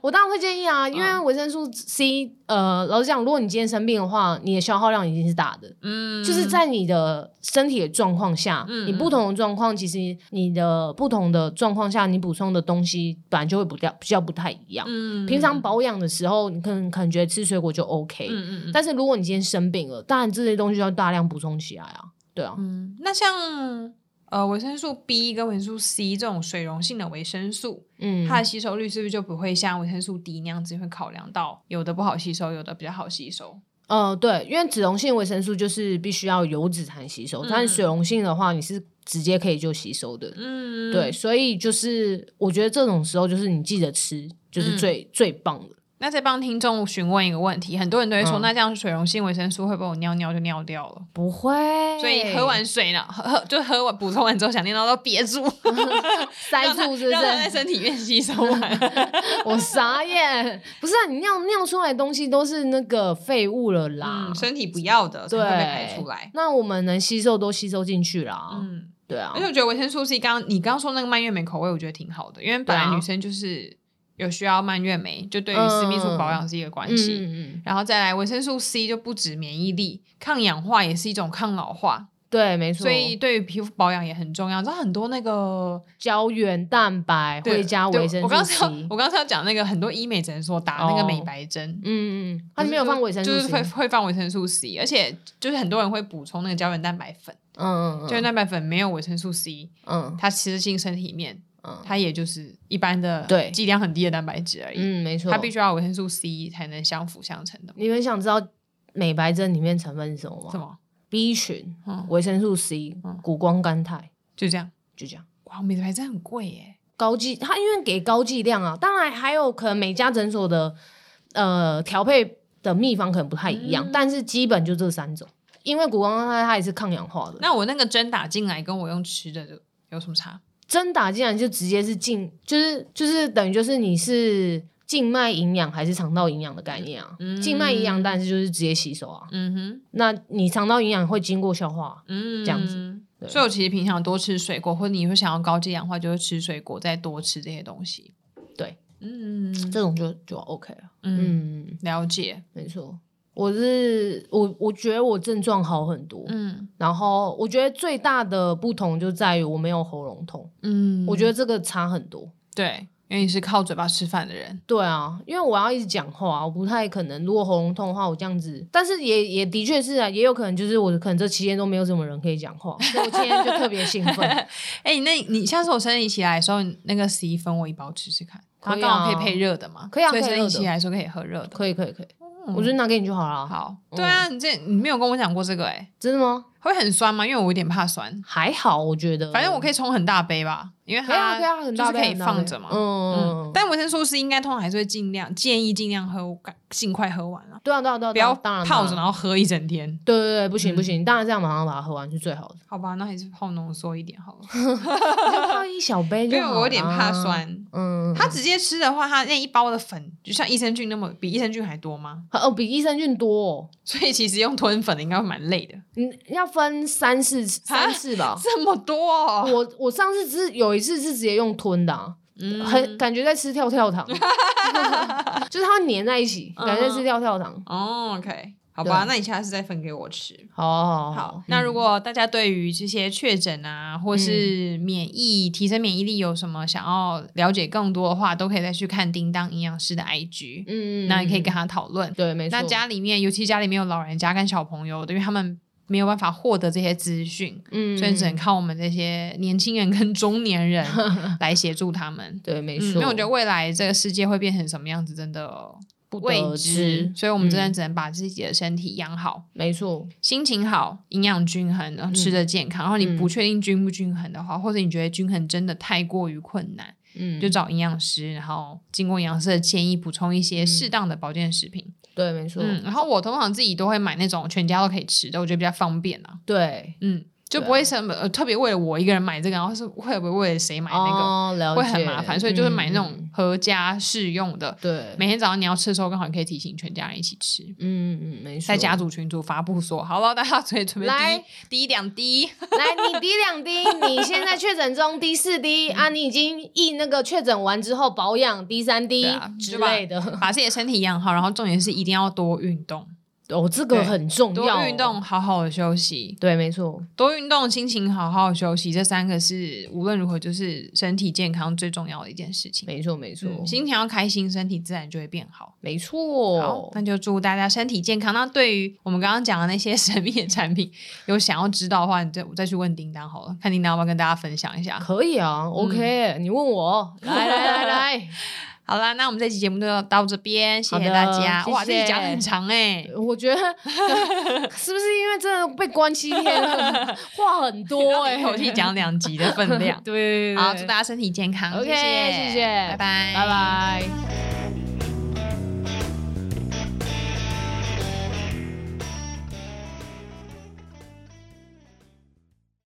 Speaker 1: 我当然会建议啊，因
Speaker 2: 嗯
Speaker 1: 为维生素 C，呃，老实讲，如果你今天生病的话，你的消耗量已经是大的，
Speaker 2: 嗯，
Speaker 1: 就是在你的身体的状况下，
Speaker 2: 嗯
Speaker 1: 你不同的状况，其实你的不同的状况下，你补充的东西本来就会不掉，比较不太一样。
Speaker 2: 嗯
Speaker 1: 平常保养的时候，你可能可能觉得吃水果就 OK，、
Speaker 2: 嗯嗯嗯
Speaker 1: 但是如果你今天生病了，当然这些东西要大量补充起来啊，对啊，
Speaker 2: 嗯，那像呃维生素 B 跟维生素 C 这种水溶性的维生素，
Speaker 1: 嗯，
Speaker 2: 它的吸收率是不是就不会像维生素 D 那样子会考量到有的不好吸收，有的比较好吸收？
Speaker 1: 呃，对，因为脂溶性维生素就是必须要油脂才能吸收，但是水溶性的话，你是直接可以就吸收的。
Speaker 2: 嗯，
Speaker 1: 对，。所以就是我觉得这种时候，就是你记得吃，就是
Speaker 2: 嗯
Speaker 1: 最、最棒的。
Speaker 2: 那再帮听众询问一个问题，很多人都会说，
Speaker 1: 嗯
Speaker 2: 那这样水溶性维生素会不会我尿尿就尿掉了？
Speaker 1: 不会，
Speaker 2: 所以喝完水呢，喝喝就喝完补充完之后，想念到都憋住，
Speaker 1: 塞
Speaker 2: 让它
Speaker 1: 住是不
Speaker 2: 让它
Speaker 1: 是？
Speaker 2: 在身体里面吸收 完。
Speaker 1: 我傻眼，不是、啊、你尿尿出来的东西都是那个废物了啦。
Speaker 2: 嗯，身体不要的才
Speaker 1: 对，
Speaker 2: 会被排出来。
Speaker 1: 那我们能吸收都吸收进去啦。
Speaker 2: 嗯。
Speaker 1: 对啊
Speaker 2: 而且，我觉得维生素 C 刚你刚刚说那个蔓越莓口味，我觉得挺好的，因为本来
Speaker 1: 对啊
Speaker 2: 女生就是有需要蔓越莓，就对于
Speaker 1: 嗯
Speaker 2: 私密处保养是一个关
Speaker 1: 嗯
Speaker 2: 系。
Speaker 1: 嗯嗯，
Speaker 2: 然后再来维生素 C 就不止免疫力，抗氧化也是一种抗老化，
Speaker 1: 对，没错。
Speaker 2: 所以对于皮肤保养也很重要。你知道很多那个
Speaker 1: 胶原蛋白
Speaker 2: 对
Speaker 1: 会加
Speaker 2: 对
Speaker 1: 维生
Speaker 2: 我刚
Speaker 1: 素
Speaker 2: 刚是要
Speaker 1: C。
Speaker 2: 我刚刚是要讲那个很多医美诊所打那个
Speaker 1: 哦
Speaker 2: 美白针。
Speaker 1: 嗯嗯，它里面有放维生素
Speaker 2: 就是
Speaker 1: C，
Speaker 2: 会会放维生素 C，而且就是很多人会补充那个胶原蛋白粉，
Speaker 1: 嗯
Speaker 2: 胶原
Speaker 1: 嗯
Speaker 2: 蛋白粉没有维生素 C，
Speaker 1: 嗯
Speaker 2: 它吃进身体里面
Speaker 1: 嗯
Speaker 2: 它也就是一般的
Speaker 1: 对
Speaker 2: 剂量很低的蛋白质而已。
Speaker 1: 嗯，没错。
Speaker 2: 它必须要有维生素 C 才能相辅相成的。
Speaker 1: 你们想知道美白针里面成分是什么
Speaker 2: 什
Speaker 1: 吗
Speaker 2: 么？
Speaker 1: ？B 群、
Speaker 2: 嗯，
Speaker 1: 维生素 C
Speaker 2: 嗯、
Speaker 1: 谷胱甘肽，
Speaker 2: 就这样。
Speaker 1: 就这样。
Speaker 2: 哇，美白真的很贵耶。
Speaker 1: 高剂，它因为给高剂量啊，当然还有可能每家诊所的呃调配的秘方可能不太一样，
Speaker 2: 嗯
Speaker 1: 但是基本就这三种。因为谷胱甘肽它也是抗氧化的，
Speaker 2: 那我那个针打进来，跟我用吃的就有什么差？
Speaker 1: 针打进来就直接是静，就是就是等于就是你是静脉营养还是肠道营养的概念啊？
Speaker 2: 嗯
Speaker 1: 静脉营养但是就是直接吸收啊，
Speaker 2: 嗯哼，
Speaker 1: 那你肠道营养会经过消化，啊
Speaker 2: 嗯，
Speaker 1: 这样
Speaker 2: 子。
Speaker 1: 对
Speaker 2: 所以我其实平常多吃水果，或者你会想要高剂氧化，就会吃水果，再多吃这些东西。
Speaker 1: 对，
Speaker 2: 嗯
Speaker 1: 这种就就 OK 了。
Speaker 2: 嗯，
Speaker 1: 嗯，
Speaker 2: 了解。
Speaker 1: 没错。我是我，我觉得我症状好很多，
Speaker 2: 嗯
Speaker 1: 然后我觉得最大的不同就在于我没有喉咙痛，
Speaker 2: 嗯，
Speaker 1: 我觉
Speaker 2: 得
Speaker 1: 得这个差很多。
Speaker 2: 对，因为你是靠嘴巴吃饭的人。
Speaker 1: 对啊，因为我要一直讲话，我不太可能。如果喉咙痛的话，我这样子，但是也也的确是啊，也有可能就是我可能这期间都没有什么人可以讲 话，所以我今天就特别兴奋。
Speaker 2: 哎、那你下次我生理期来的时候，你那个十一分我一包吃吃看，它
Speaker 1: 可以啊
Speaker 2: 刚好可以配热的嘛，
Speaker 1: 可以啊
Speaker 2: 所以
Speaker 1: 可以
Speaker 2: 生
Speaker 1: 热
Speaker 2: 理
Speaker 1: 的
Speaker 2: 期来的时候可以喝热的。
Speaker 1: 可以可以可以，
Speaker 2: 嗯
Speaker 1: 我就拿给你就好了。，
Speaker 2: 好，
Speaker 1: 嗯
Speaker 2: 对啊，你这你没有跟我讲过这个哎、
Speaker 1: 真的吗？
Speaker 2: 会很酸吗？因为我有点怕酸，
Speaker 1: 还好，我觉得。
Speaker 2: 反正我可
Speaker 1: 以，
Speaker 2: 以冲很大杯吧，因为
Speaker 1: 可以啊可以
Speaker 2: 它
Speaker 1: 啊，很
Speaker 2: 就
Speaker 1: 大
Speaker 2: 是
Speaker 1: 杯
Speaker 2: 可以
Speaker 1: 很大杯
Speaker 2: 放着嘛。嗯
Speaker 1: 嗯，，
Speaker 2: 但维生素 C 应该通常还是会尽量建议尽量喝，赶尽快喝完啊，
Speaker 1: 对啊对啊对啊，
Speaker 2: 不要
Speaker 1: 当然
Speaker 2: 泡着
Speaker 1: 当然
Speaker 2: 然后喝一整天。
Speaker 1: 对对对，不行
Speaker 2: 嗯。
Speaker 1: 不行，当然这样马上把它喝完是最好的
Speaker 2: 好吧，那还是泡浓缩一点好了，
Speaker 1: 你就泡一小杯
Speaker 2: 因
Speaker 1: 就
Speaker 2: 为
Speaker 1: 好
Speaker 2: 我有点怕
Speaker 1: 啦。
Speaker 2: 酸。
Speaker 1: 嗯，
Speaker 2: 它直接吃的话，它那一包的粉就像益生菌那么，比益生菌还多吗？
Speaker 1: 哦比益生菌多哦，
Speaker 2: 所以其实用吞粉的应该会蛮累的，
Speaker 1: 你要分三次
Speaker 2: 啊
Speaker 1: 三次吧。
Speaker 2: 这么多、哦，
Speaker 1: 我我上次只是有一次是直接用吞的、啊，
Speaker 2: 嗯
Speaker 1: 很感觉在吃跳跳 糖，就是它会粘在一起，
Speaker 2: 嗯
Speaker 1: 感觉在吃跳跳糖。
Speaker 2: 哦，OK，好吧，
Speaker 1: 对
Speaker 2: 那你下次再分给我吃。
Speaker 1: 好好好
Speaker 2: 好
Speaker 1: 好，，
Speaker 2: 那如果大家对于这些确诊啊，或是
Speaker 1: 嗯
Speaker 2: 免疫、提升免疫力有什么想要了解更多的话，都可以再去看叮当营养师的 IG，、
Speaker 1: 嗯，
Speaker 2: 那你可以跟他讨论。
Speaker 1: 对，没错。
Speaker 2: 那家里面，尤其家里面有老人家跟小朋友的，因为他们没有办法获得这些资讯，
Speaker 1: 嗯，
Speaker 2: 所以只能靠我们这些年轻人跟中 年人来协助他们。
Speaker 1: 对，没
Speaker 2: 嗯，
Speaker 1: 错。
Speaker 2: 因为我觉得未来这个世界会变成什么样子，真的
Speaker 1: 不
Speaker 2: 未
Speaker 1: 得
Speaker 2: 知
Speaker 1: 知，，
Speaker 2: 所以我们真的
Speaker 1: 嗯
Speaker 2: 只能把自己的身体养好，
Speaker 1: 没错，
Speaker 2: 心情好，营养均衡，然后吃的健康。然后你不
Speaker 1: 嗯
Speaker 2: 确定均不均衡的话，或者你觉得均衡真的太过于困难，
Speaker 1: 嗯，
Speaker 2: 就找营养师，然后经过营养师的建议，补充一些适当的保健食品。
Speaker 1: 嗯对，没错，
Speaker 2: 嗯，然后我通常自己都会买那种全家都可以吃的，我觉得比较方便啊。
Speaker 1: 对，
Speaker 2: 嗯，就
Speaker 1: 对啊
Speaker 2: 不会什么、呃特别为了我一个人买这个，然后是会不会为了谁买那个，
Speaker 1: 哦，了解，
Speaker 2: 会很麻烦。所以就是买那
Speaker 1: 嗯，
Speaker 2: 种合家适用的，
Speaker 1: 对，
Speaker 2: 每天早上你要吃的时候，刚好你可以提醒全家人一起吃。
Speaker 1: 嗯嗯，没错，
Speaker 2: 在家族群组发布说，好了，大家准备准备
Speaker 1: 来
Speaker 2: 滴滴两滴，
Speaker 1: 来，你滴两滴，你现在确诊中滴四滴啊，你已经疫那个确诊完之后保养滴三滴
Speaker 2: 对啊
Speaker 1: 之
Speaker 2: 就把
Speaker 1: 类的。
Speaker 2: 把自己的身体养好，然后重点是一定要多运动，
Speaker 1: 哦，这个
Speaker 2: 对
Speaker 1: 很重
Speaker 2: 多
Speaker 1: 要，哦
Speaker 2: 运动，。好好的休息，
Speaker 1: 对，没错，
Speaker 2: 多运动，心情好好地休息，这三个是无论如何就是身体健康最重要的一件事情。
Speaker 1: 没错，没错，
Speaker 2: 嗯心情要开心，身体自然就会变好。
Speaker 1: 没
Speaker 2: 好
Speaker 1: 错，。
Speaker 2: 那就祝大家身体健康。那对于我们刚刚讲的那些神秘的产品，有想要知道的话，你再我再去问叮当好了，看叮当要不要跟大家分享一下。
Speaker 1: 可以啊、o k 你问我，来来来来，
Speaker 2: 好啦，那我们这期节目就到这边，谢
Speaker 1: 好
Speaker 2: 谢
Speaker 1: 的
Speaker 2: 大家。
Speaker 1: 谢
Speaker 2: 哇，这
Speaker 1: 谢
Speaker 2: 集讲得很长哎、
Speaker 1: 我觉得是不是因为真的被关七天了，话很多哎、
Speaker 2: 一口气讲两集的分量
Speaker 1: 。对，
Speaker 2: 好，祝大家身体健康。
Speaker 1: OK，
Speaker 2: 谢
Speaker 1: 谢谢
Speaker 2: 拜拜，
Speaker 1: 拜拜。